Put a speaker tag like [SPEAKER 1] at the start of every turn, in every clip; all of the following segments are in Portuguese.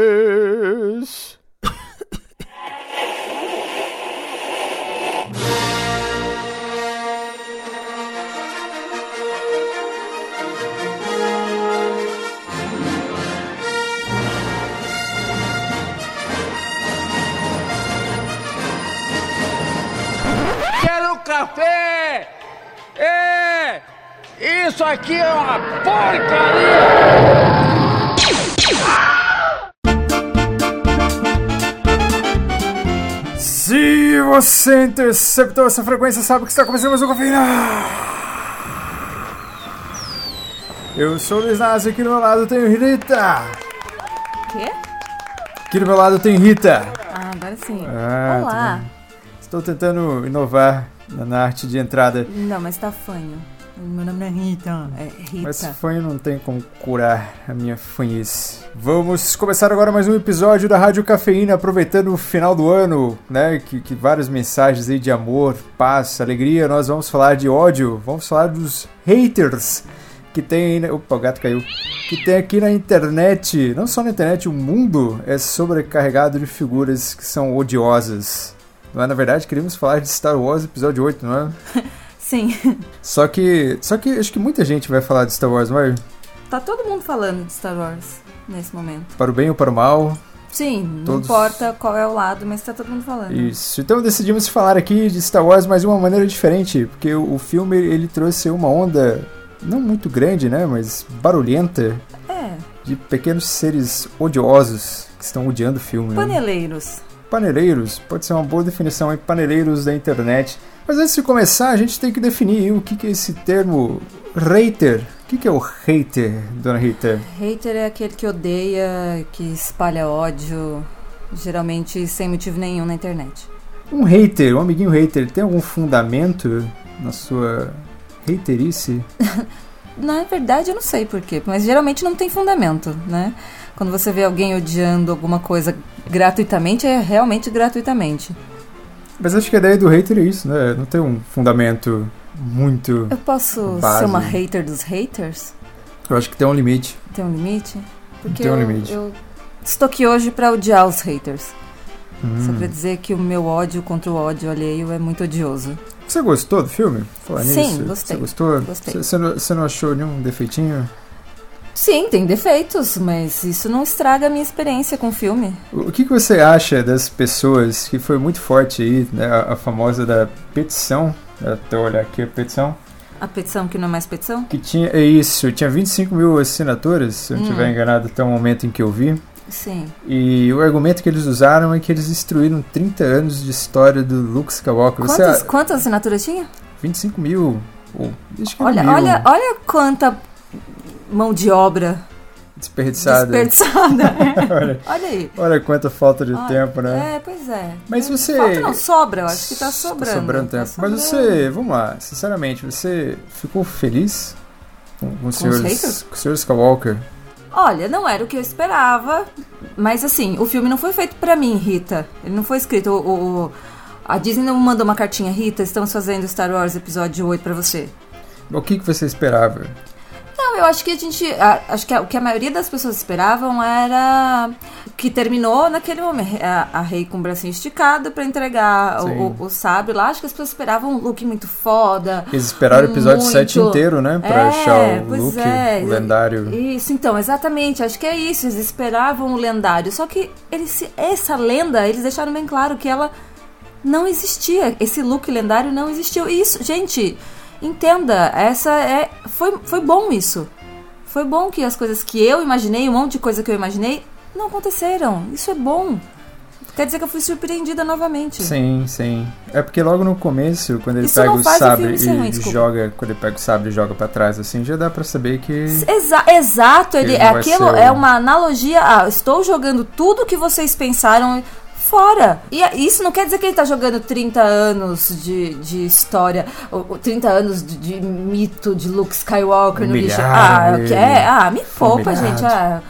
[SPEAKER 1] Spoilers!
[SPEAKER 2] Quero café! É! Isso aqui é uma porcaria!
[SPEAKER 3] Se você interceptou essa frequência, sabe que está começando mais um Cafeína! Eu sou o Luiz Nazi, aqui do meu lado tem o Rita!
[SPEAKER 4] Quê?
[SPEAKER 3] Aqui do meu lado tem Rita!
[SPEAKER 4] Ah, agora sim.
[SPEAKER 3] Ah,
[SPEAKER 4] Olá.
[SPEAKER 3] Estou tentando inovar na- na arte de entrada,
[SPEAKER 4] Não, mas tá fanho. Meu nome não é Rita. É Rita.
[SPEAKER 3] mas fanho não tem como curar a minha fanhice. Vamos começar agora mais um episódio da Rádio Cafeína, aproveitando o final do ano, né, que, que várias mensagens aí de amor, paz, alegria, nós vamos falar de ódio, vamos falar dos haters que tem aí, na- opa, o gato caiu, que tem aqui na internet, não só na internet, o mundo é sobrecarregado de figuras que são odiosas. Não é, na verdade, queríamos falar de Star Wars Episódio 8, não é?
[SPEAKER 4] Sim.
[SPEAKER 3] Só que, só que acho que muita gente vai falar de Star Wars, não é?
[SPEAKER 4] Tá todo mundo falando de Star Wars nesse momento.
[SPEAKER 3] Para o bem ou para o mal,
[SPEAKER 4] Sim,
[SPEAKER 3] Todos.
[SPEAKER 4] não importa qual é o lado, mas tá todo mundo falando.
[SPEAKER 3] Isso. Então decidimos falar aqui de Star Wars mas de uma maneira diferente, porque o o filme ele trouxe uma onda não muito grande, né, mas barulhenta
[SPEAKER 4] É,
[SPEAKER 3] de pequenos seres odiosos que estão odiando o filme. né?
[SPEAKER 4] paneleiros.
[SPEAKER 3] Paneleiros, pode ser uma boa definição, hein? Paneleiros da internet. Mas antes de começar, a gente tem que definir aí o que que é esse termo hater. O que que é o hater, dona Rita?
[SPEAKER 4] Hater é aquele que odeia, que espalha ódio, geralmente sem motivo nenhum na internet.
[SPEAKER 3] Um hater, um amiguinho hater, tem algum fundamento na sua haterice?
[SPEAKER 4] Na verdade, eu não sei porquê, mas geralmente não tem fundamento, né? Quando você vê alguém odiando alguma coisa gratuitamente, é realmente gratuitamente.
[SPEAKER 3] Mas acho que a ideia do hater é isso, né? Não tem um fundamento muito.
[SPEAKER 4] Eu posso
[SPEAKER 3] Base.
[SPEAKER 4] ser uma hater dos haters?
[SPEAKER 3] Eu acho que tem um limite.
[SPEAKER 4] Tem um limite? Porque
[SPEAKER 3] Tem um
[SPEAKER 4] eu,
[SPEAKER 3] limite.
[SPEAKER 4] eu estou aqui hoje pra odiar os haters. Só
[SPEAKER 3] Hum.
[SPEAKER 4] pra dizer que o meu ódio contra o ódio alheio é muito odioso.
[SPEAKER 3] Você gostou do filme? Falar
[SPEAKER 4] Sim,
[SPEAKER 3] nisso.
[SPEAKER 4] gostei.
[SPEAKER 3] Você gostou?
[SPEAKER 4] Gostei.
[SPEAKER 3] Você- Você não, você não achou nenhum defeitinho?
[SPEAKER 4] Sim, tem defeitos, mas isso não estraga a minha experiência com o filme.
[SPEAKER 3] O o que, que você acha das pessoas que foi muito forte aí, né? A, a famosa da petição. Até olhar aqui a petição.
[SPEAKER 4] A petição que não é mais petição?
[SPEAKER 3] Que tinha. É isso, tinha 25 mil assinaturas, se eu não
[SPEAKER 4] Hum.
[SPEAKER 3] estiver enganado até o momento em que eu vi.
[SPEAKER 4] Sim.
[SPEAKER 3] E o argumento que eles usaram é que eles destruíram 30 anos de história do Luke Skywalker. Você é-
[SPEAKER 4] Quantas, quantas assinaturas tinha?
[SPEAKER 3] 25 mil. Ou, acho que era
[SPEAKER 4] Olha,
[SPEAKER 3] Um mil
[SPEAKER 4] olha, olha quanta mão de obra
[SPEAKER 3] Desperdiçada.
[SPEAKER 4] desperdiçada.
[SPEAKER 3] olha,
[SPEAKER 4] olha aí.
[SPEAKER 3] olha quanta falta de
[SPEAKER 4] Olha,
[SPEAKER 3] tempo, né?
[SPEAKER 4] É, pois é.
[SPEAKER 3] Mas
[SPEAKER 4] Não
[SPEAKER 3] você-
[SPEAKER 4] Falta não, sobra, eu acho que tá sobrando.
[SPEAKER 3] sobrando
[SPEAKER 4] tá
[SPEAKER 3] tempo. Mas
[SPEAKER 4] sobrando.
[SPEAKER 3] você, vamos lá, sinceramente, você ficou feliz com, com, o, senhor,
[SPEAKER 4] haters?
[SPEAKER 3] com o senhor Skywalker?
[SPEAKER 4] Olha, não era o que eu esperava, mas assim, o filme não foi feito pra mim, Rita. Ele não foi escrito. O, o- o- a Disney não mandou uma cartinha, Rita, estamos fazendo Star Wars Episódio 8 pra você.
[SPEAKER 3] O que, que você esperava?
[SPEAKER 4] Não, eu acho que a gente. a- acho que a- o que a maioria das pessoas esperavam era que terminou naquele momento. A, a Rey com o bracinho esticado pra entregar o,
[SPEAKER 3] Sim.
[SPEAKER 4] o, o sábio lá. Acho que as pessoas esperavam um look muito foda.
[SPEAKER 3] Eles esperaram o episódio
[SPEAKER 4] Muito.
[SPEAKER 3] 7 inteiro, né? Pra
[SPEAKER 4] É,
[SPEAKER 3] achar o
[SPEAKER 4] pois
[SPEAKER 3] Luke,
[SPEAKER 4] é.
[SPEAKER 3] o lendário.
[SPEAKER 4] Isso, então, exatamente. Acho que é isso. Eles esperavam o lendário. Só que eles, se- essa lenda, eles deixaram bem claro que ela não existia. Esse look lendário não existiu. E isso, gente, entenda. Essa é. Foi, foi bom isso. Foi bom que as coisas que eu imaginei, um monte de coisa que eu imaginei, não aconteceram. Isso é bom. Quer dizer que eu fui surpreendida novamente.
[SPEAKER 3] Sim, sim. É porque logo no começo, quando ele
[SPEAKER 4] Isso
[SPEAKER 3] pega
[SPEAKER 4] não
[SPEAKER 3] o
[SPEAKER 4] faz o
[SPEAKER 3] sabre
[SPEAKER 4] filme ser ruim,
[SPEAKER 3] e
[SPEAKER 4] desculpa.
[SPEAKER 3] joga, quando ele pega o sabre e joga pra trás assim, já dá pra saber que
[SPEAKER 4] Exa- exato, ele,
[SPEAKER 3] Ele
[SPEAKER 4] é
[SPEAKER 3] não vai
[SPEAKER 4] aquilo
[SPEAKER 3] ser o-
[SPEAKER 4] é uma analogia. Ah, estou jogando tudo que vocês pensaram fora. E a- isso não quer dizer que ele está jogando 30 anos de, de história, ou, ou 30 anos de, de mito de Luke Skywalker no lixo. Ah,
[SPEAKER 3] Humilharam
[SPEAKER 4] eu
[SPEAKER 3] ele.
[SPEAKER 4] que- é, ah, me poupa,
[SPEAKER 3] Humilhado.
[SPEAKER 4] gente. Ah,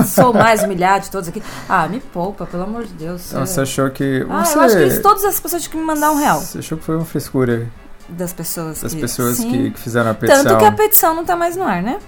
[SPEAKER 4] eu sou o mais humilhado de todos aqui. Ah, me poupa, pelo amor de Deus.
[SPEAKER 3] Então, você achou que.
[SPEAKER 4] Ah,
[SPEAKER 3] você...
[SPEAKER 4] eu acho que eles- todas as pessoas tinham que me mandar um real
[SPEAKER 3] Você achou que foi uma frescura
[SPEAKER 4] das pessoas.
[SPEAKER 3] das
[SPEAKER 4] que-
[SPEAKER 3] pessoas
[SPEAKER 4] Sim.
[SPEAKER 3] que, que fizeram a petição.
[SPEAKER 4] Tanto que a petição não tá mais no ar, né?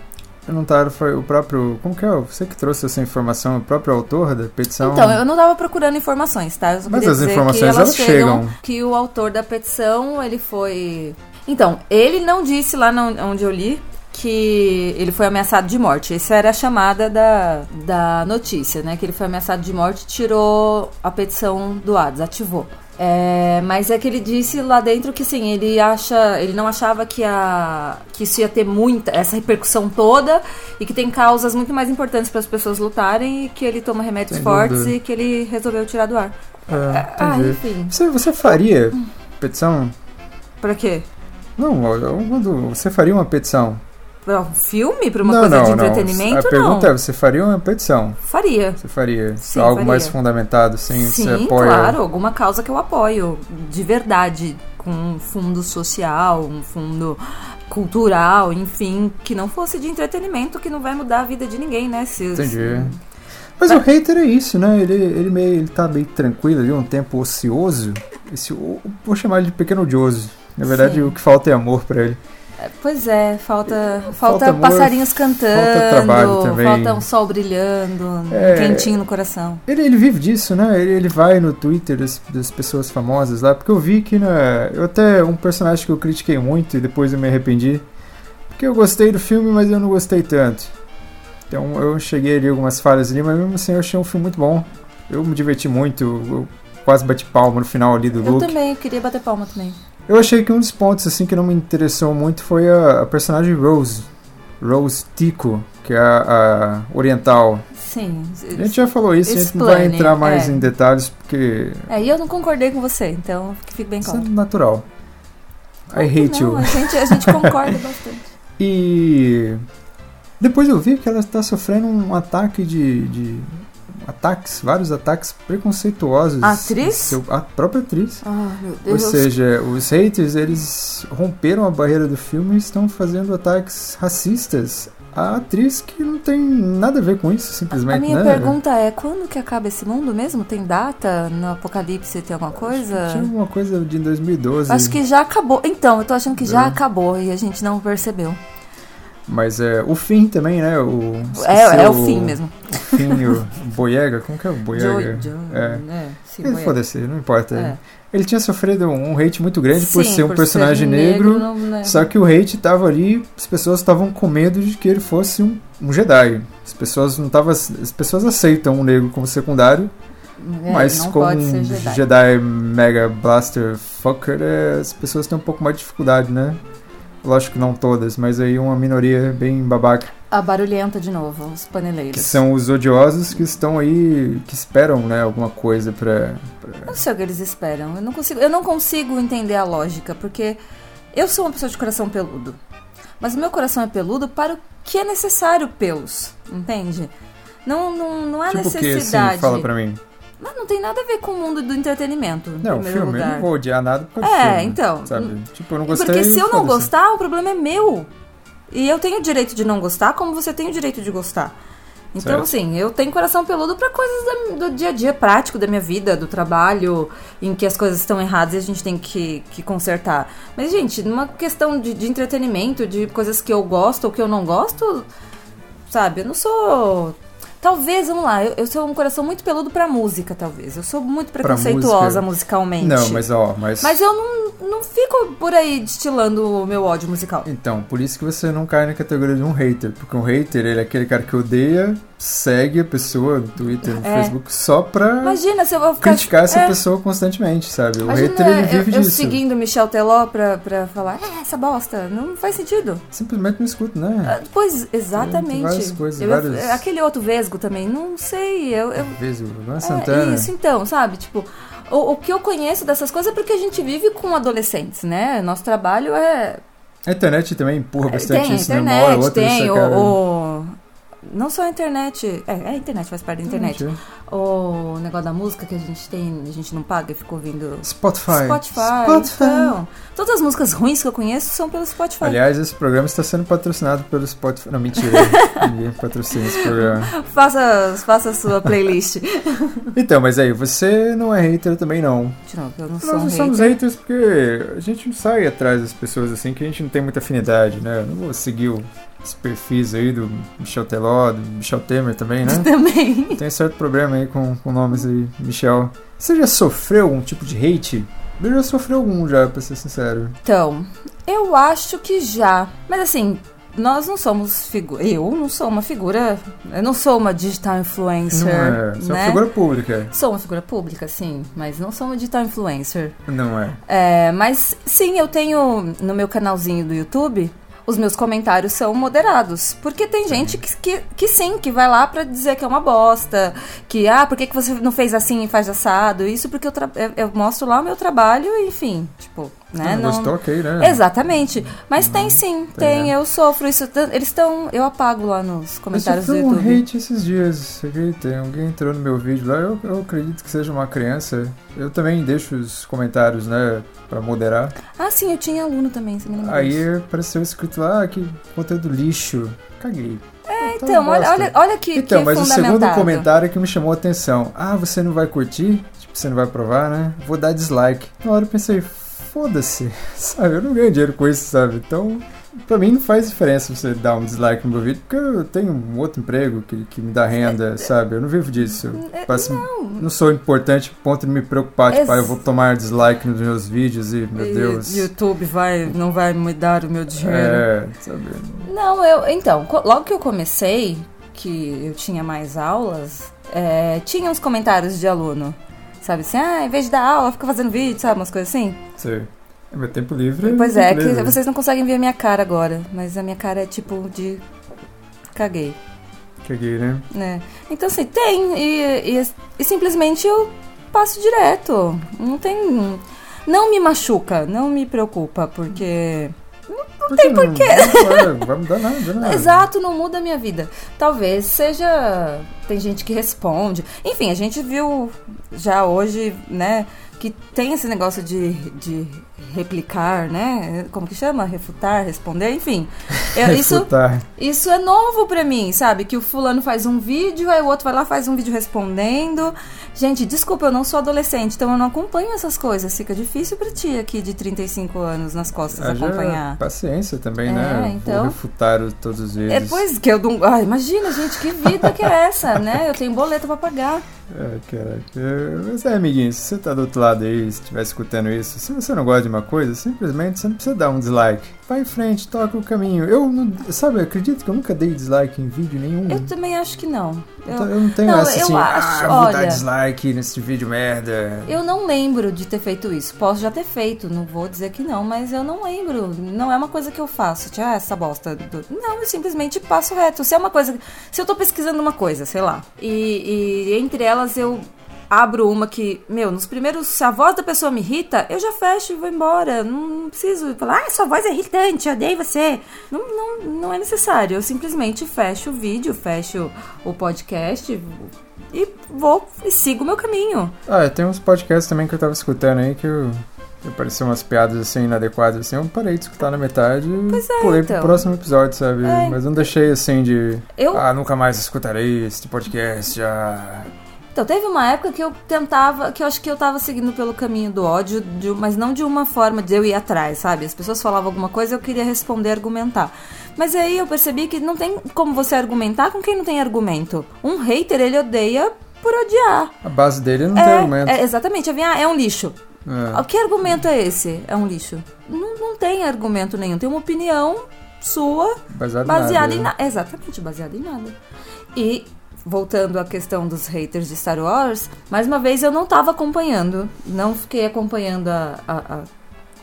[SPEAKER 3] não tá, foi o próprio. Como que é? Você que trouxe essa informação, o próprio autor da petição.
[SPEAKER 4] Então, eu não estava procurando informações, tá? Eu só
[SPEAKER 3] Mas
[SPEAKER 4] queria
[SPEAKER 3] as
[SPEAKER 4] dizer
[SPEAKER 3] informações,
[SPEAKER 4] que elas,
[SPEAKER 3] elas
[SPEAKER 4] chegam,
[SPEAKER 3] chegam.
[SPEAKER 4] Que o autor da petição, ele foi. Então, ele não disse lá na- onde eu li que ele foi ameaçado de morte. Essa era a chamada da, da notícia, né? Que ele foi ameaçado de morte, tirou a petição do ar, desativou. É, mas é que ele disse lá dentro que sim, ele acha, ele não achava que, a, que isso ia ter muita essa repercussão toda e que tem causas muito mais importantes para as pessoas lutarem e que ele toma remédios
[SPEAKER 3] Sem
[SPEAKER 4] fortes
[SPEAKER 3] dúvida.
[SPEAKER 4] e que ele resolveu tirar do ar.
[SPEAKER 3] É,
[SPEAKER 4] Ah,
[SPEAKER 3] entendi.
[SPEAKER 4] enfim.
[SPEAKER 3] Você, você faria petição?
[SPEAKER 4] Pra quê?
[SPEAKER 3] Não, eu- eu- quando- você faria uma petição?
[SPEAKER 4] Pra um filme? Pra uma
[SPEAKER 3] não,
[SPEAKER 4] coisa
[SPEAKER 3] não,
[SPEAKER 4] de
[SPEAKER 3] não.
[SPEAKER 4] entretenimento?
[SPEAKER 3] A pergunta é: você faria uma petição?
[SPEAKER 4] Faria.
[SPEAKER 3] Você faria
[SPEAKER 4] Sim,
[SPEAKER 3] algo
[SPEAKER 4] faria.
[SPEAKER 3] mais fundamentado, assim, você
[SPEAKER 4] Sim,
[SPEAKER 3] apoia?
[SPEAKER 4] claro, alguma causa que eu apoio, de verdade, com um fundo social, um fundo cultural, enfim, que não fosse de entretenimento, que não vai mudar a vida de ninguém, né? Se,
[SPEAKER 3] Entendi. Mas o hater é isso, né? Ele, ele, meio, ele tá meio tranquilo ali, um tempo ocioso. Esse, o- vou chamar ele de pequeno odioso. Na verdade,
[SPEAKER 4] Sim.
[SPEAKER 3] o que falta é amor pra ele.
[SPEAKER 4] Pois é, falta, falta,
[SPEAKER 3] amor,
[SPEAKER 4] passarinhos cantando,
[SPEAKER 3] trabalho também.
[SPEAKER 4] falta um sol brilhando,
[SPEAKER 3] É.
[SPEAKER 4] um quentinho no coração.
[SPEAKER 3] Ele, ele vive disso, né? Ele, ele vai no Twitter das, das pessoas famosas lá, porque eu vi que né, eu até um personagem que eu critiquei muito e depois eu me arrependi, porque eu gostei do filme, mas eu não gostei tanto. Então eu cheguei ali algumas falhas ali, mas mesmo assim eu achei um filme muito bom. Eu me diverti muito, eu quase bati palma no final ali do
[SPEAKER 4] Eu
[SPEAKER 3] Luke.
[SPEAKER 4] também, eu queria bater palma também.
[SPEAKER 3] Eu achei que um dos pontos assim que não me interessou muito foi a, a personagem Rose, Rose Tico, que é a- a oriental.
[SPEAKER 4] Sim.
[SPEAKER 3] A gente já falou isso, a gente não vai
[SPEAKER 4] Explane,
[SPEAKER 3] entrar mais
[SPEAKER 4] é.
[SPEAKER 3] em detalhes porque
[SPEAKER 4] É, e eu não concordei com você, então que fique bem
[SPEAKER 3] isso é
[SPEAKER 4] claro.
[SPEAKER 3] natural. I hate
[SPEAKER 4] não,
[SPEAKER 3] you.
[SPEAKER 4] né? A gente, a gente concorda bastante.
[SPEAKER 3] E depois eu vi que ela está sofrendo um ataque de, de- ataques, vários ataques preconceituosos.
[SPEAKER 4] A atriz?
[SPEAKER 3] Seu- a própria atriz.
[SPEAKER 4] Ah, meu
[SPEAKER 3] Ou
[SPEAKER 4] Deus.
[SPEAKER 3] seja, os haters eles romperam a barreira do filme e estão fazendo ataques racistas à atriz que não tem nada a ver com isso, simplesmente.
[SPEAKER 4] a minha
[SPEAKER 3] né?
[SPEAKER 4] pergunta é, quando que acaba esse mundo mesmo? Tem data? No apocalipse tem alguma
[SPEAKER 3] Tinha um
[SPEAKER 4] coisa?
[SPEAKER 3] alguma coisa de 2012.
[SPEAKER 4] Acho que já acabou. Então, eu tô achando que já
[SPEAKER 3] É.
[SPEAKER 4] acabou e a gente não percebeu.
[SPEAKER 3] Mas é o fim também, né? O,
[SPEAKER 4] É,
[SPEAKER 3] esqueci
[SPEAKER 4] é o fim mesmo.
[SPEAKER 3] O fim, o Boyega. Como que é o Boyega?
[SPEAKER 4] Joy- Joy-
[SPEAKER 3] é.
[SPEAKER 4] né? Sim,
[SPEAKER 3] Ele
[SPEAKER 4] foi.
[SPEAKER 3] Foda-se, não importa.
[SPEAKER 4] É.
[SPEAKER 3] Ele tinha sofrido um hate muito grande por
[SPEAKER 4] Sim,
[SPEAKER 3] ser um personagem negro.
[SPEAKER 4] não- né?
[SPEAKER 3] Só que o hate tava ali, as pessoas estavam com medo de que ele fosse um, um Jedi. As pessoas não tava, as pessoas aceitam o negro como secundário,
[SPEAKER 4] É,
[SPEAKER 3] mas
[SPEAKER 4] não
[SPEAKER 3] como
[SPEAKER 4] pode
[SPEAKER 3] um
[SPEAKER 4] ser
[SPEAKER 3] Jedi.
[SPEAKER 4] Jedi.
[SPEAKER 3] Mega Blaster Fucker, é, as pessoas têm um pouco mais de dificuldade, né? Lógico que não todas, mas aí uma minoria bem babaca
[SPEAKER 4] A barulhenta de novo, os
[SPEAKER 3] que
[SPEAKER 4] paneleiros.
[SPEAKER 3] são os odiosos que estão aí, que esperam, né, alguma coisa pra... pra-
[SPEAKER 4] Não sei o que eles esperam. Eu não consigo, eu não consigo entender a lógica, porque eu sou uma pessoa de coração peludo. Mas o meu coração é peludo para o que é necessário pelos, entende? Não, não, não há
[SPEAKER 3] tipo o que,
[SPEAKER 4] necessidade.
[SPEAKER 3] assim, fala pra mim?
[SPEAKER 4] Mas não tem nada a ver com o mundo do entretenimento, em
[SPEAKER 3] Não, filme, é
[SPEAKER 4] primeiro
[SPEAKER 3] eu
[SPEAKER 4] lugar.
[SPEAKER 3] não vou odiar nada por causa
[SPEAKER 4] É,
[SPEAKER 3] do filme,
[SPEAKER 4] então.
[SPEAKER 3] Sabe? Tipo, eu não gostei...
[SPEAKER 4] Porque se eu não
[SPEAKER 3] foda-se.
[SPEAKER 4] gostar, o problema é meu. E eu tenho o direito de não gostar, como você tem o direito de gostar. Então,
[SPEAKER 3] Certo.
[SPEAKER 4] assim, eu tenho coração peludo pra coisas da- do dia a dia prático da minha vida, do trabalho, em que as coisas estão erradas e a gente tem que, que consertar. Mas, gente, numa questão de, de entretenimento, de coisas que eu gosto ou que eu não gosto, sabe? Eu não sou. Talvez, vamos lá, eu, eu sou um coração muito peludo pra música, talvez. Eu sou muito preconceituosa
[SPEAKER 3] música.
[SPEAKER 4] musicalmente.
[SPEAKER 3] Não, mas ó, mas...
[SPEAKER 4] Mas eu não, não fico por aí destilando o meu ódio musical.
[SPEAKER 3] Então, por isso que você não cai na categoria de um hater, porque um hater, ele é aquele cara que odeia, segue a pessoa no Twitter, no
[SPEAKER 4] É.
[SPEAKER 3] Facebook, só pra
[SPEAKER 4] Imagina se eu vou ficar.
[SPEAKER 3] criticar essa
[SPEAKER 4] é.
[SPEAKER 3] pessoa constantemente, sabe? O hater,
[SPEAKER 4] Imagina
[SPEAKER 3] ele
[SPEAKER 4] eu,
[SPEAKER 3] vive
[SPEAKER 4] eu
[SPEAKER 3] disso.
[SPEAKER 4] seguindo Michel Teló pra, pra falar, é, essa bosta, não faz sentido.
[SPEAKER 3] Simplesmente não escuto, né?
[SPEAKER 4] Ah, Pois,
[SPEAKER 3] Tem
[SPEAKER 4] exatamente.
[SPEAKER 3] várias coisas,
[SPEAKER 4] Eu- é,
[SPEAKER 3] várias-
[SPEAKER 4] Aquele outro Vesgo também, não sei. Eu, eu-
[SPEAKER 3] Talvez o Luan
[SPEAKER 4] É,
[SPEAKER 3] Santana...
[SPEAKER 4] isso então, sabe? Tipo, o, o que eu conheço dessas coisas é porque a gente vive com adolescentes, né? Nosso trabalho é
[SPEAKER 3] A internet também empurra bastante
[SPEAKER 4] tem a
[SPEAKER 3] isso, né? Uma hora ou
[SPEAKER 4] internet,
[SPEAKER 3] outra
[SPEAKER 4] tem
[SPEAKER 3] isso
[SPEAKER 4] o,
[SPEAKER 3] acaba-
[SPEAKER 4] o- Não só a internet. É, é a internet, faz parte da internet. O negócio da música que a gente tem, a gente não paga e fica ouvindo.
[SPEAKER 3] Spotify.
[SPEAKER 4] Spotify. Então, todas as músicas ruins que eu conheço são pelo Spotify.
[SPEAKER 3] Aliás, esse programa está sendo patrocinado pelo Spotify. Não, mentira. Ninguém patrocina esse programa.
[SPEAKER 4] Faça, faça a sua playlist.
[SPEAKER 3] Então, mas aí, você não é hater também, não.
[SPEAKER 4] De novo, eu não sou
[SPEAKER 3] Nós
[SPEAKER 4] um
[SPEAKER 3] não somos
[SPEAKER 4] hater.
[SPEAKER 3] haters porque a gente não sai atrás das pessoas assim, que a gente não tem muita afinidade, né? Eu não vou seguir o Esses perfis aí do Michel Teló, do Michel Temer também, né?
[SPEAKER 4] Também.
[SPEAKER 3] Tem certo problema aí com, com nomes aí, Michel. Você já sofreu algum tipo de hate? Eu já sofri algum já, pra ser sincero.
[SPEAKER 4] Então, eu acho que já. Mas assim, nós não somos figura. Eu não sou uma figura. Eu não sou uma digital influencer.
[SPEAKER 3] não é. Você é
[SPEAKER 4] né?
[SPEAKER 3] uma figura pública.
[SPEAKER 4] Sou uma figura pública, sim, mas não sou uma digital influencer.
[SPEAKER 3] Não é.
[SPEAKER 4] É, mas sim, eu tenho no meu canalzinho do YouTube. Os meus comentários são moderados. Porque tem gente que, que, que sim, que vai lá pra dizer que é uma bosta. Que, ah, por que, que você não fez assim e faz assado? Isso porque eu, tra- eu, eu mostro lá o meu trabalho, enfim. Tipo, né?
[SPEAKER 3] não, gostou, Uhum. Tá ok, né?
[SPEAKER 4] Exatamente. Mas tem sim, tem. Eu sofro isso. tan- Eles estão. Eu apago lá nos
[SPEAKER 3] Eu
[SPEAKER 4] comentários do
[SPEAKER 3] sofri um
[SPEAKER 4] YouTube.
[SPEAKER 3] hate esses dias, você acredita? Alguém entrou no meu vídeo lá, eu, eu acredito que seja uma criança. Eu também deixo os comentários, né, pra moderar.
[SPEAKER 4] Ah, sim, eu tinha aluno também, você me lembra disso.
[SPEAKER 3] Aí apareceu escrito lá, ah, que conteúdo lixo. Caguei. É,
[SPEAKER 4] Então, olha, olha, olha que,
[SPEAKER 3] Então,
[SPEAKER 4] que é
[SPEAKER 3] mas o
[SPEAKER 4] fundamentado.
[SPEAKER 3] segundo comentário que me chamou a atenção. Ah, você não vai curtir? Tipo, você não vai aprovar, né? Vou dar dislike. Na hora eu pensei, foda-se, sabe? Eu não ganho dinheiro com isso, sabe? Então, pra mim não faz diferença você dar um dislike no meu vídeo, porque eu tenho um outro emprego que, que me dá renda, sabe? Eu não vivo disso. Eu
[SPEAKER 4] É,
[SPEAKER 3] faço-
[SPEAKER 4] não.
[SPEAKER 3] não sou importante a ponto de me preocupar, tipo,
[SPEAKER 4] Ex-
[SPEAKER 3] ah, eu vou tomar dislike nos meus vídeos e, meu Deus.
[SPEAKER 4] YouTube vai, não vai me dar o meu dinheiro.
[SPEAKER 3] É, sabe?
[SPEAKER 4] Não, eu. Então, co- logo que eu comecei, que eu tinha mais aulas, é, tinha uns comentários de aluno. Sabe assim, ah, em vez de dar aula, fica fazendo vídeo, sabe? Umas coisas assim.
[SPEAKER 3] Sei. É meu tempo livre.
[SPEAKER 4] Pois é,
[SPEAKER 3] tempo
[SPEAKER 4] que
[SPEAKER 3] livre.
[SPEAKER 4] vocês não conseguem ver a minha cara agora, mas a minha cara é tipo de. caguei,
[SPEAKER 3] Caguei, né?
[SPEAKER 4] né? Então assim, tem, e, e- e simplesmente eu passo direto. Não tem. Não me machuca, não me preocupa, porque.
[SPEAKER 3] Não tem porquê. Não, vai mudar nada, né?
[SPEAKER 4] Exato, não muda a minha vida. Talvez seja. Tem gente que responde. Enfim, a gente viu já hoje, né? Que tem esse negócio de, de replicar, né? Como que chama? Refutar, responder, enfim. Eu- isso,
[SPEAKER 3] Refutar.
[SPEAKER 4] isso é novo pra mim, sabe? Que o fulano faz um vídeo, aí o outro vai lá faz um vídeo respondendo. Gente, desculpa, eu não sou adolescente, então eu não acompanho essas coisas. Fica difícil pra ti aqui de 35 anos nas costas
[SPEAKER 3] Haja
[SPEAKER 4] acompanhar.
[SPEAKER 3] Paciência também,
[SPEAKER 4] É,
[SPEAKER 3] né? Vou
[SPEAKER 4] então.
[SPEAKER 3] refutar o- todos os
[SPEAKER 4] É,
[SPEAKER 3] eles.
[SPEAKER 4] pois que eu não. Ah, imagina, gente, que vida que é essa, né? Eu tenho boleto pra pagar.
[SPEAKER 3] Ai, caraca. Eu- Mas é, amiguinho, se você tá do outro lado aí, se estiver escutando isso, se você não gosta de uma coisa, simplesmente você não precisa dar um dislike. Vai em frente, toca o caminho. Eu, não, sabe, eu acredito que eu nunca dei dislike em vídeo nenhum.
[SPEAKER 4] Eu também acho que não.
[SPEAKER 3] Então,
[SPEAKER 4] Eu,
[SPEAKER 3] eu não tenho
[SPEAKER 4] não,
[SPEAKER 3] essa
[SPEAKER 4] eu
[SPEAKER 3] assim,
[SPEAKER 4] acho,
[SPEAKER 3] ah, vou dar
[SPEAKER 4] olha.
[SPEAKER 3] dislike nesse vídeo merda.
[SPEAKER 4] eu não lembro de ter feito isso. Posso já ter feito, não vou dizer que não, mas eu não lembro. Não é uma coisa que eu faço. Tipo, ah, essa bosta. do- Não, eu simplesmente passo reto. Se é uma coisa. Se eu tô pesquisando uma coisa, sei lá. E, e entre elas eu. Abro uma que, meu, nos primeiros. Se a voz da pessoa me irrita, eu já fecho e vou embora. Não, não preciso falar, ah, sua voz é irritante, eu odeio você. Não, não, não é necessário. Eu simplesmente fecho o vídeo, fecho o podcast e vou e sigo o meu caminho.
[SPEAKER 3] Ah, tem uns podcasts também que eu tava escutando aí que eu. que Apareceu umas piadas assim inadequadas, assim, eu parei de escutar na metade e
[SPEAKER 4] Pois é,
[SPEAKER 3] pulei
[SPEAKER 4] então.
[SPEAKER 3] pro próximo episódio, sabe?
[SPEAKER 4] É.
[SPEAKER 3] Mas não deixei assim de.
[SPEAKER 4] Eu-
[SPEAKER 3] Ah, nunca mais escutarei este podcast. Já...
[SPEAKER 4] Então, teve uma época que eu tentava, que eu acho que eu tava seguindo pelo caminho do ódio, de- um, mas não de uma forma de eu ir atrás, sabe? As pessoas falavam alguma coisa, eu queria responder, argumentar. Mas aí eu percebi que não tem como você argumentar com quem não tem argumento. Um hater, ele odeia por odiar.
[SPEAKER 3] A base dele não tem
[SPEAKER 4] é,
[SPEAKER 3] argumento.
[SPEAKER 4] é, exatamente. Eu vim, ah, é um lixo.
[SPEAKER 3] É.
[SPEAKER 4] Ah, Que argumento é esse? É um lixo. Não, não tem argumento nenhum. Tem uma opinião sua
[SPEAKER 3] Baseado,
[SPEAKER 4] baseada
[SPEAKER 3] em
[SPEAKER 4] em
[SPEAKER 3] nada. né?
[SPEAKER 4] nada. Exatamente, baseada em nada. E voltando à questão dos haters de Star Wars, mais uma vez eu não estava acompanhando, não fiquei acompanhando a- a- a-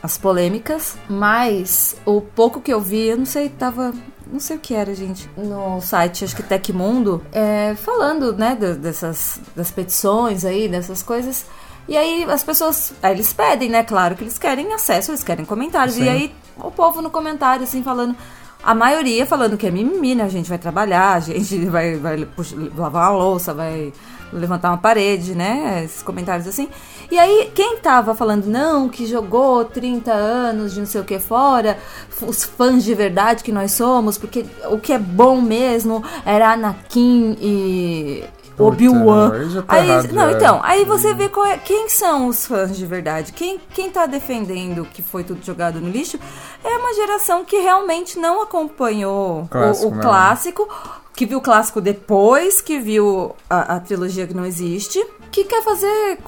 [SPEAKER 4] as polêmicas, mas o pouco que eu vi, eu não sei, tava. Não sei o que era, gente. No site, acho que Tecmundo, é, falando, né, da- dessas das petições aí, dessas coisas. E aí as pessoas. Aí eles pedem, né? Claro que eles querem acesso, eles querem comentários.
[SPEAKER 3] Sim.
[SPEAKER 4] E aí o povo no comentário, assim, falando. A maioria falando que é mimimi, né? A gente vai trabalhar, a gente vai, vai puxa- lavar uma louça, vai levantar uma parede, né? Esses comentários assim. E aí, quem tava falando, não, que jogou 30 anos de não sei o que fora, f- os fãs de verdade que nós somos, porque o que é bom mesmo era Anakin e
[SPEAKER 3] Puta,
[SPEAKER 4] Obi-Wan.
[SPEAKER 3] não, aí já tá
[SPEAKER 4] Aí,
[SPEAKER 3] errado,
[SPEAKER 4] não,
[SPEAKER 3] já.
[SPEAKER 4] então, aí você vê qual é- quem são os fãs de verdade. Quem, quem tá defendendo que foi tudo jogado no lixo é uma geração que realmente não acompanhou o-
[SPEAKER 3] Clássico
[SPEAKER 4] o,
[SPEAKER 3] mesmo.
[SPEAKER 4] clássico, que viu o clássico depois, que viu a, a trilogia que não existe, que quer fazer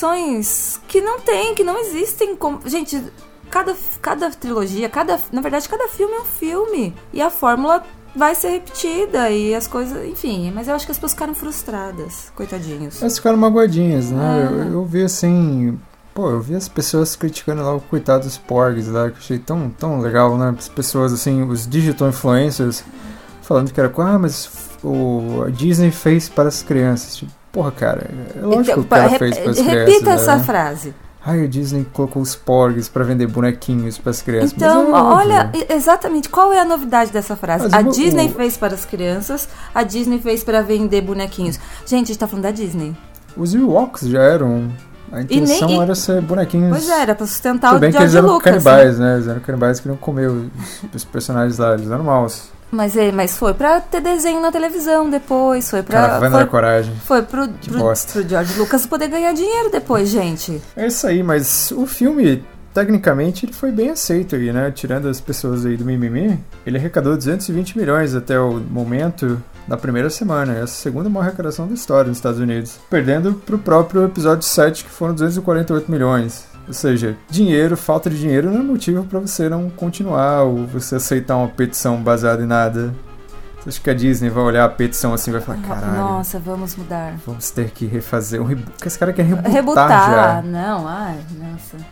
[SPEAKER 4] comparações que não tem, que não existem. com- Gente, cada, cada trilogia, cada, na verdade, cada filme é um filme. E a fórmula vai ser repetida e as coisas. Enfim, mas eu acho que as pessoas ficaram frustradas, coitadinhos.
[SPEAKER 3] Elas ficaram magoadinhas, né?
[SPEAKER 4] Ah.
[SPEAKER 3] Eu, eu vi assim. Pô, eu vi as pessoas criticando lá o coitado dos porgs lá, que eu achei tão, tão legal, né? As pessoas, assim, os digital influencers, falando que era, ah, mas o, a Disney fez para as crianças. Tipo, porra, cara, é lógico
[SPEAKER 4] Então,
[SPEAKER 3] que ela
[SPEAKER 4] rep-
[SPEAKER 3] fez para as crianças.
[SPEAKER 4] repita essa
[SPEAKER 3] né?
[SPEAKER 4] frase.
[SPEAKER 3] Ai, a Disney colocou os porgs para vender bonequinhos para as crianças. Mas
[SPEAKER 4] Então,
[SPEAKER 3] é óbvio.
[SPEAKER 4] olha e- exatamente qual é a novidade dessa frase.
[SPEAKER 3] Mas
[SPEAKER 4] a
[SPEAKER 3] o-
[SPEAKER 4] Disney
[SPEAKER 3] o-
[SPEAKER 4] fez para as crianças, a Disney fez para vender bonequinhos. Gente, a gente tá falando da Disney.
[SPEAKER 3] Os Ewoks já eram. A intenção
[SPEAKER 4] e-
[SPEAKER 3] era ser bonequinhos.
[SPEAKER 4] Pois é, era para sustentar
[SPEAKER 3] Tudo
[SPEAKER 4] o
[SPEAKER 3] bem que eles
[SPEAKER 4] George
[SPEAKER 3] eram
[SPEAKER 4] Lucas. né?
[SPEAKER 3] canibais, né? Eles eram canibais que não comiam os, os personagens lá, eles eram maus.
[SPEAKER 4] Mas, é, mas foi para ter desenho na televisão depois, foi para
[SPEAKER 3] Caravana da
[SPEAKER 4] foi,
[SPEAKER 3] Coragem.
[SPEAKER 4] foi pro, pro,
[SPEAKER 3] bosta.
[SPEAKER 4] pro George Lucas poder ganhar dinheiro depois, gente.
[SPEAKER 3] É isso aí, mas o filme, tecnicamente, ele foi bem aceito aí, né? Tirando as pessoas aí do mimimi, ele arrecadou 220 milhões até o momento na primeira semana. Essa é a segunda maior arrecadação da história nos Estados Unidos. Perdendo pro próprio episódio 7, que foram 248 milhões. Ou seja, dinheiro, falta de dinheiro não é motivo pra você não continuar ou você aceitar uma petição baseada em nada. Você acha que a Disney vai olhar a petição assim e vai falar, caralho,
[SPEAKER 4] Ah, Nossa, vamos mudar.
[SPEAKER 3] vamos ter que refazer um reboot. Porque esse cara quer rebutar, já.
[SPEAKER 4] Rebutar, não, ai, nossa.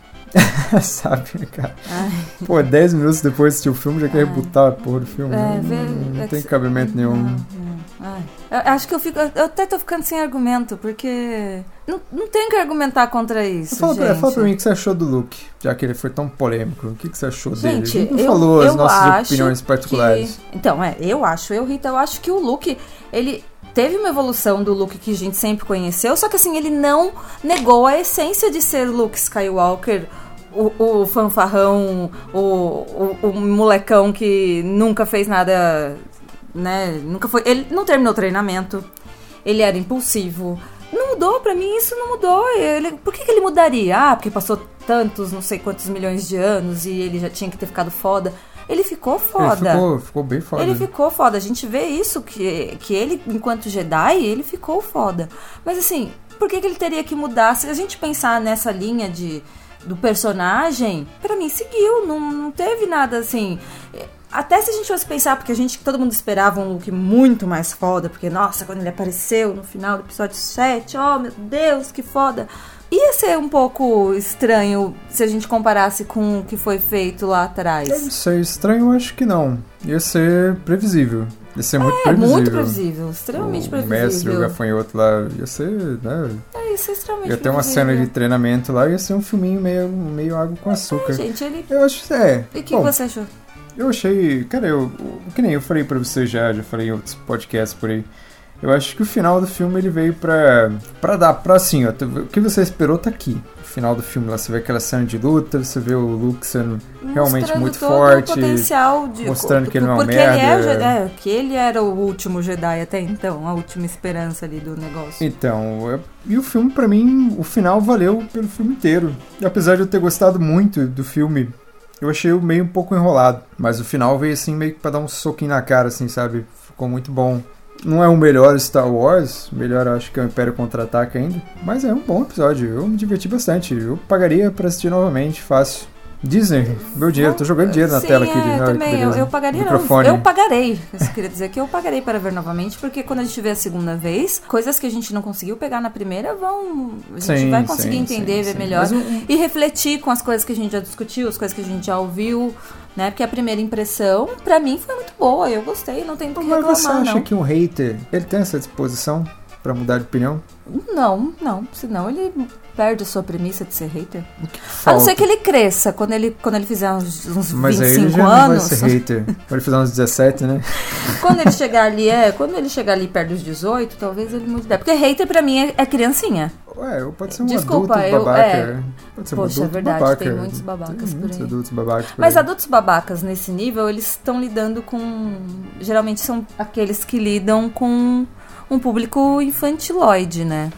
[SPEAKER 3] Sabe, cara?
[SPEAKER 4] Ai,
[SPEAKER 3] Pô, 10 minutos depois de assistir o filme, já quer
[SPEAKER 4] Ai.
[SPEAKER 3] rebutar a porra do filme. né?
[SPEAKER 4] É,
[SPEAKER 3] não,
[SPEAKER 4] vê-
[SPEAKER 3] não
[SPEAKER 4] é que
[SPEAKER 3] tem
[SPEAKER 4] se- é.
[SPEAKER 3] cabimento nenhum.
[SPEAKER 4] não, não, Ah, ai. Eu acho que eu fico. Eu até tô ficando sem argumento, porque. Não, não tem que argumentar contra isso.
[SPEAKER 3] Fala pra,
[SPEAKER 4] gente.
[SPEAKER 3] fala pra mim o que você achou do Luke, já que ele foi tão polêmico. O que, que você achou dele?
[SPEAKER 4] Gente,
[SPEAKER 3] A gente não
[SPEAKER 4] eu-
[SPEAKER 3] falou as
[SPEAKER 4] eu
[SPEAKER 3] nossas
[SPEAKER 4] acho
[SPEAKER 3] opiniões particulares.
[SPEAKER 4] Que- Então, é, eu acho, eu, Rita, eu acho que o Luke, ele teve uma evolução do Luke que a gente sempre conheceu, só que assim, ele não negou a essência de ser Luke Skywalker. O, o fanfarrão, o, o- o molecão que nunca fez nada, né? Nunca foi. Ele não terminou o treinamento. Ele era impulsivo. Não mudou, pra mim isso não mudou. Ele- por que, que ele mudaria? Ah, porque passou tantos, não sei quantos milhões de anos e ele já tinha que ter ficado foda. Ele ficou
[SPEAKER 3] Ele
[SPEAKER 4] foda.
[SPEAKER 3] ficou, ficou bem foda.
[SPEAKER 4] Ele
[SPEAKER 3] né?
[SPEAKER 4] ficou foda. A gente vê isso, que, que ele, enquanto Jedi, ele ficou foda. Mas assim, por que, que ele teria que mudar? Se a gente pensar nessa linha de do personagem, pra mim seguiu. Não, não teve nada assim. Eh, Até se a gente fosse pensar, porque a gente, todo mundo esperava um look muito mais foda, porque, nossa, quando ele apareceu no final do episódio 7, oh meu Deus, que foda. Ia ser um pouco estranho se a gente comparasse com o que foi feito lá atrás.
[SPEAKER 3] Eu não sei, estranho eu acho que não. Ia ser previsível. Ia ser muito
[SPEAKER 4] É
[SPEAKER 3] previsível.
[SPEAKER 4] muito previsível, extremamente
[SPEAKER 3] o
[SPEAKER 4] previsível.
[SPEAKER 3] mestre, o gafanhoto lá, ia ser, né?
[SPEAKER 4] É isso, é extremamente
[SPEAKER 3] Ia ter uma
[SPEAKER 4] previsível.
[SPEAKER 3] cena de treinamento lá, ia ser um filminho meio, meio água com açúcar.
[SPEAKER 4] Gente, ele.
[SPEAKER 3] Eu acho que é.
[SPEAKER 4] E o que
[SPEAKER 3] Bom,
[SPEAKER 4] você achou?
[SPEAKER 3] Eu achei, cara, eu o- que nem eu falei pra você já, já falei em outros podcasts por aí. Eu acho que o final do filme ele veio pra, pra dar, pra assim, ó, tu- o que você esperou tá aqui. O final do filme lá, você vê aquela cena de luta, você vê o Luke sendo realmente
[SPEAKER 4] Mostrando
[SPEAKER 3] muito
[SPEAKER 4] Um todo
[SPEAKER 3] forte,
[SPEAKER 4] O potencial de,
[SPEAKER 3] mostrando que ele não é um
[SPEAKER 4] porque Ele é, o
[SPEAKER 3] merda.
[SPEAKER 4] Jedi- é, que ele era o último Jedi até então, a última esperança ali do negócio.
[SPEAKER 3] Então, eu- e o filme, pra mim, o final valeu pelo filme inteiro. E apesar de eu ter gostado muito do filme, eu achei o meio um pouco enrolado. Mas o final veio assim, meio que pra dar um soquinho na cara, assim, sabe? Ficou muito bom. Não é o melhor Star Wars, melhor eu acho que é o Império Contra-Ataca ainda, mas é um bom episódio, eu me diverti bastante, eu pagaria pra assistir novamente, fácil. Disney, meu dinheiro, tô jogando dinheiro na
[SPEAKER 4] Sim,
[SPEAKER 3] tela
[SPEAKER 4] é,
[SPEAKER 3] aqui. olha
[SPEAKER 4] Eu
[SPEAKER 3] que
[SPEAKER 4] também, eu,
[SPEAKER 3] beleza.
[SPEAKER 4] eu pagaria
[SPEAKER 3] Microfone.
[SPEAKER 4] não. Eu pagarei. Isso queria dizer que eu pagarei para ver novamente, porque quando a gente vê a segunda vez, coisas que a gente não conseguiu pegar na primeira vão. A gente
[SPEAKER 3] Sim,
[SPEAKER 4] vai conseguir
[SPEAKER 3] sim,
[SPEAKER 4] entender,
[SPEAKER 3] sim,
[SPEAKER 4] ver
[SPEAKER 3] sim.
[SPEAKER 4] melhor.
[SPEAKER 3] Mas um-
[SPEAKER 4] E refletir com as coisas que a gente já discutiu, as coisas que a gente já ouviu, né? Porque a primeira impressão, pra mim, foi muito boa. Eu gostei, não tenho o que
[SPEAKER 3] Mas Então, você
[SPEAKER 4] reclamar,
[SPEAKER 3] acha
[SPEAKER 4] não.
[SPEAKER 3] que um hater, ele tem essa disposição pra mudar de opinião?
[SPEAKER 4] Não, não. Senão ele perde a sua premissa de ser hater. A
[SPEAKER 3] Falta.
[SPEAKER 4] não ser que ele cresça. Quando ele, quando ele fizer uns, uns
[SPEAKER 3] Mas aí ele
[SPEAKER 4] 25
[SPEAKER 3] já não vai
[SPEAKER 4] anos.
[SPEAKER 3] ser hater. Vai fazer uns 17, né?
[SPEAKER 4] Quando ele chegar ali, é, quando ele chegar ali perto dos 18, talvez ele mude ideia. Porque hater pra mim é, é criancinha.
[SPEAKER 3] Ué, ou pode ser um
[SPEAKER 4] Desculpa,
[SPEAKER 3] adulto
[SPEAKER 4] eu-
[SPEAKER 3] babaca.
[SPEAKER 4] é.
[SPEAKER 3] Pode ser um
[SPEAKER 4] Poxa, é
[SPEAKER 3] adulto
[SPEAKER 4] verdade,
[SPEAKER 3] babaca. Uhum,
[SPEAKER 4] tem muitos babacas
[SPEAKER 3] Tem
[SPEAKER 4] por
[SPEAKER 3] muitos
[SPEAKER 4] aí.
[SPEAKER 3] adultos babacas por
[SPEAKER 4] Mas
[SPEAKER 3] aí.
[SPEAKER 4] adultos babacas nesse nível, eles estão lidando com. Geralmente são aqueles que lidam com um público infantiloide, né?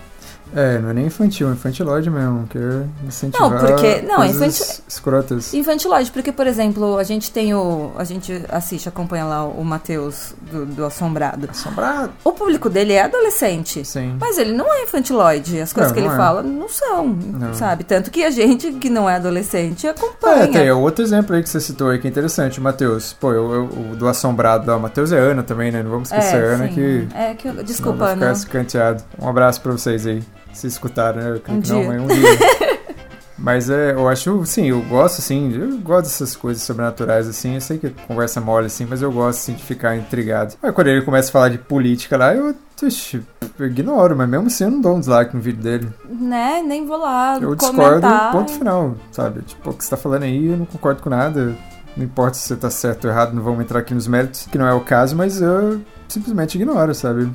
[SPEAKER 3] É, não é nem infantil, é infantilóide mesmo, que é incentivar
[SPEAKER 4] Não, porque- não, é
[SPEAKER 3] coisas
[SPEAKER 4] infanti-
[SPEAKER 3] escrotas.
[SPEAKER 4] Infantiloide, porque, por exemplo, a gente tem o. A gente assiste, acompanha lá o Matheus do, do Assombrado.
[SPEAKER 3] Assombrado,
[SPEAKER 4] O público dele é adolescente.
[SPEAKER 3] sim.
[SPEAKER 4] Mas ele não é infantiloide. As coisas
[SPEAKER 3] Não,
[SPEAKER 4] que ele
[SPEAKER 3] não é.
[SPEAKER 4] fala não são, sabe? Tanto que a gente que não é adolescente
[SPEAKER 3] É,
[SPEAKER 4] acompanha.
[SPEAKER 3] tem outro exemplo aí que você citou aí que é interessante, Matheus. Pô, eu, eu- o do assombrado da Matheus é Ana também, né? Não vamos esquecer a Ana
[SPEAKER 4] sim.
[SPEAKER 3] que.
[SPEAKER 4] É que eu-
[SPEAKER 3] senão
[SPEAKER 4] Desculpa,
[SPEAKER 3] vai ficar
[SPEAKER 4] Ana.
[SPEAKER 3] escanteado. Um abraço pra vocês aí. Se escutaram, né? Eu creio
[SPEAKER 4] Um
[SPEAKER 3] que não,
[SPEAKER 4] dia.
[SPEAKER 3] mas um dia. Mas é, eu acho, sim, eu gosto, assim, eu gosto dessas coisas sobrenaturais, assim, eu sei que é conversa mole, assim, mas eu gosto, assim, de ficar intrigado. Aí quando ele começa a falar de política lá, eu, ixi, eu ignoro, mas mesmo assim eu não dou um dislike no vídeo dele.
[SPEAKER 4] Né? Nem vou lá
[SPEAKER 3] Eu discordo, um
[SPEAKER 4] comentar.
[SPEAKER 3] ponto final, sabe? Tipo, o que você tá falando aí, eu não concordo com nada. Não importa se você tá certo ou errado, não vamos entrar aqui nos méritos, que não é o caso, mas eu simplesmente ignoro, sabe?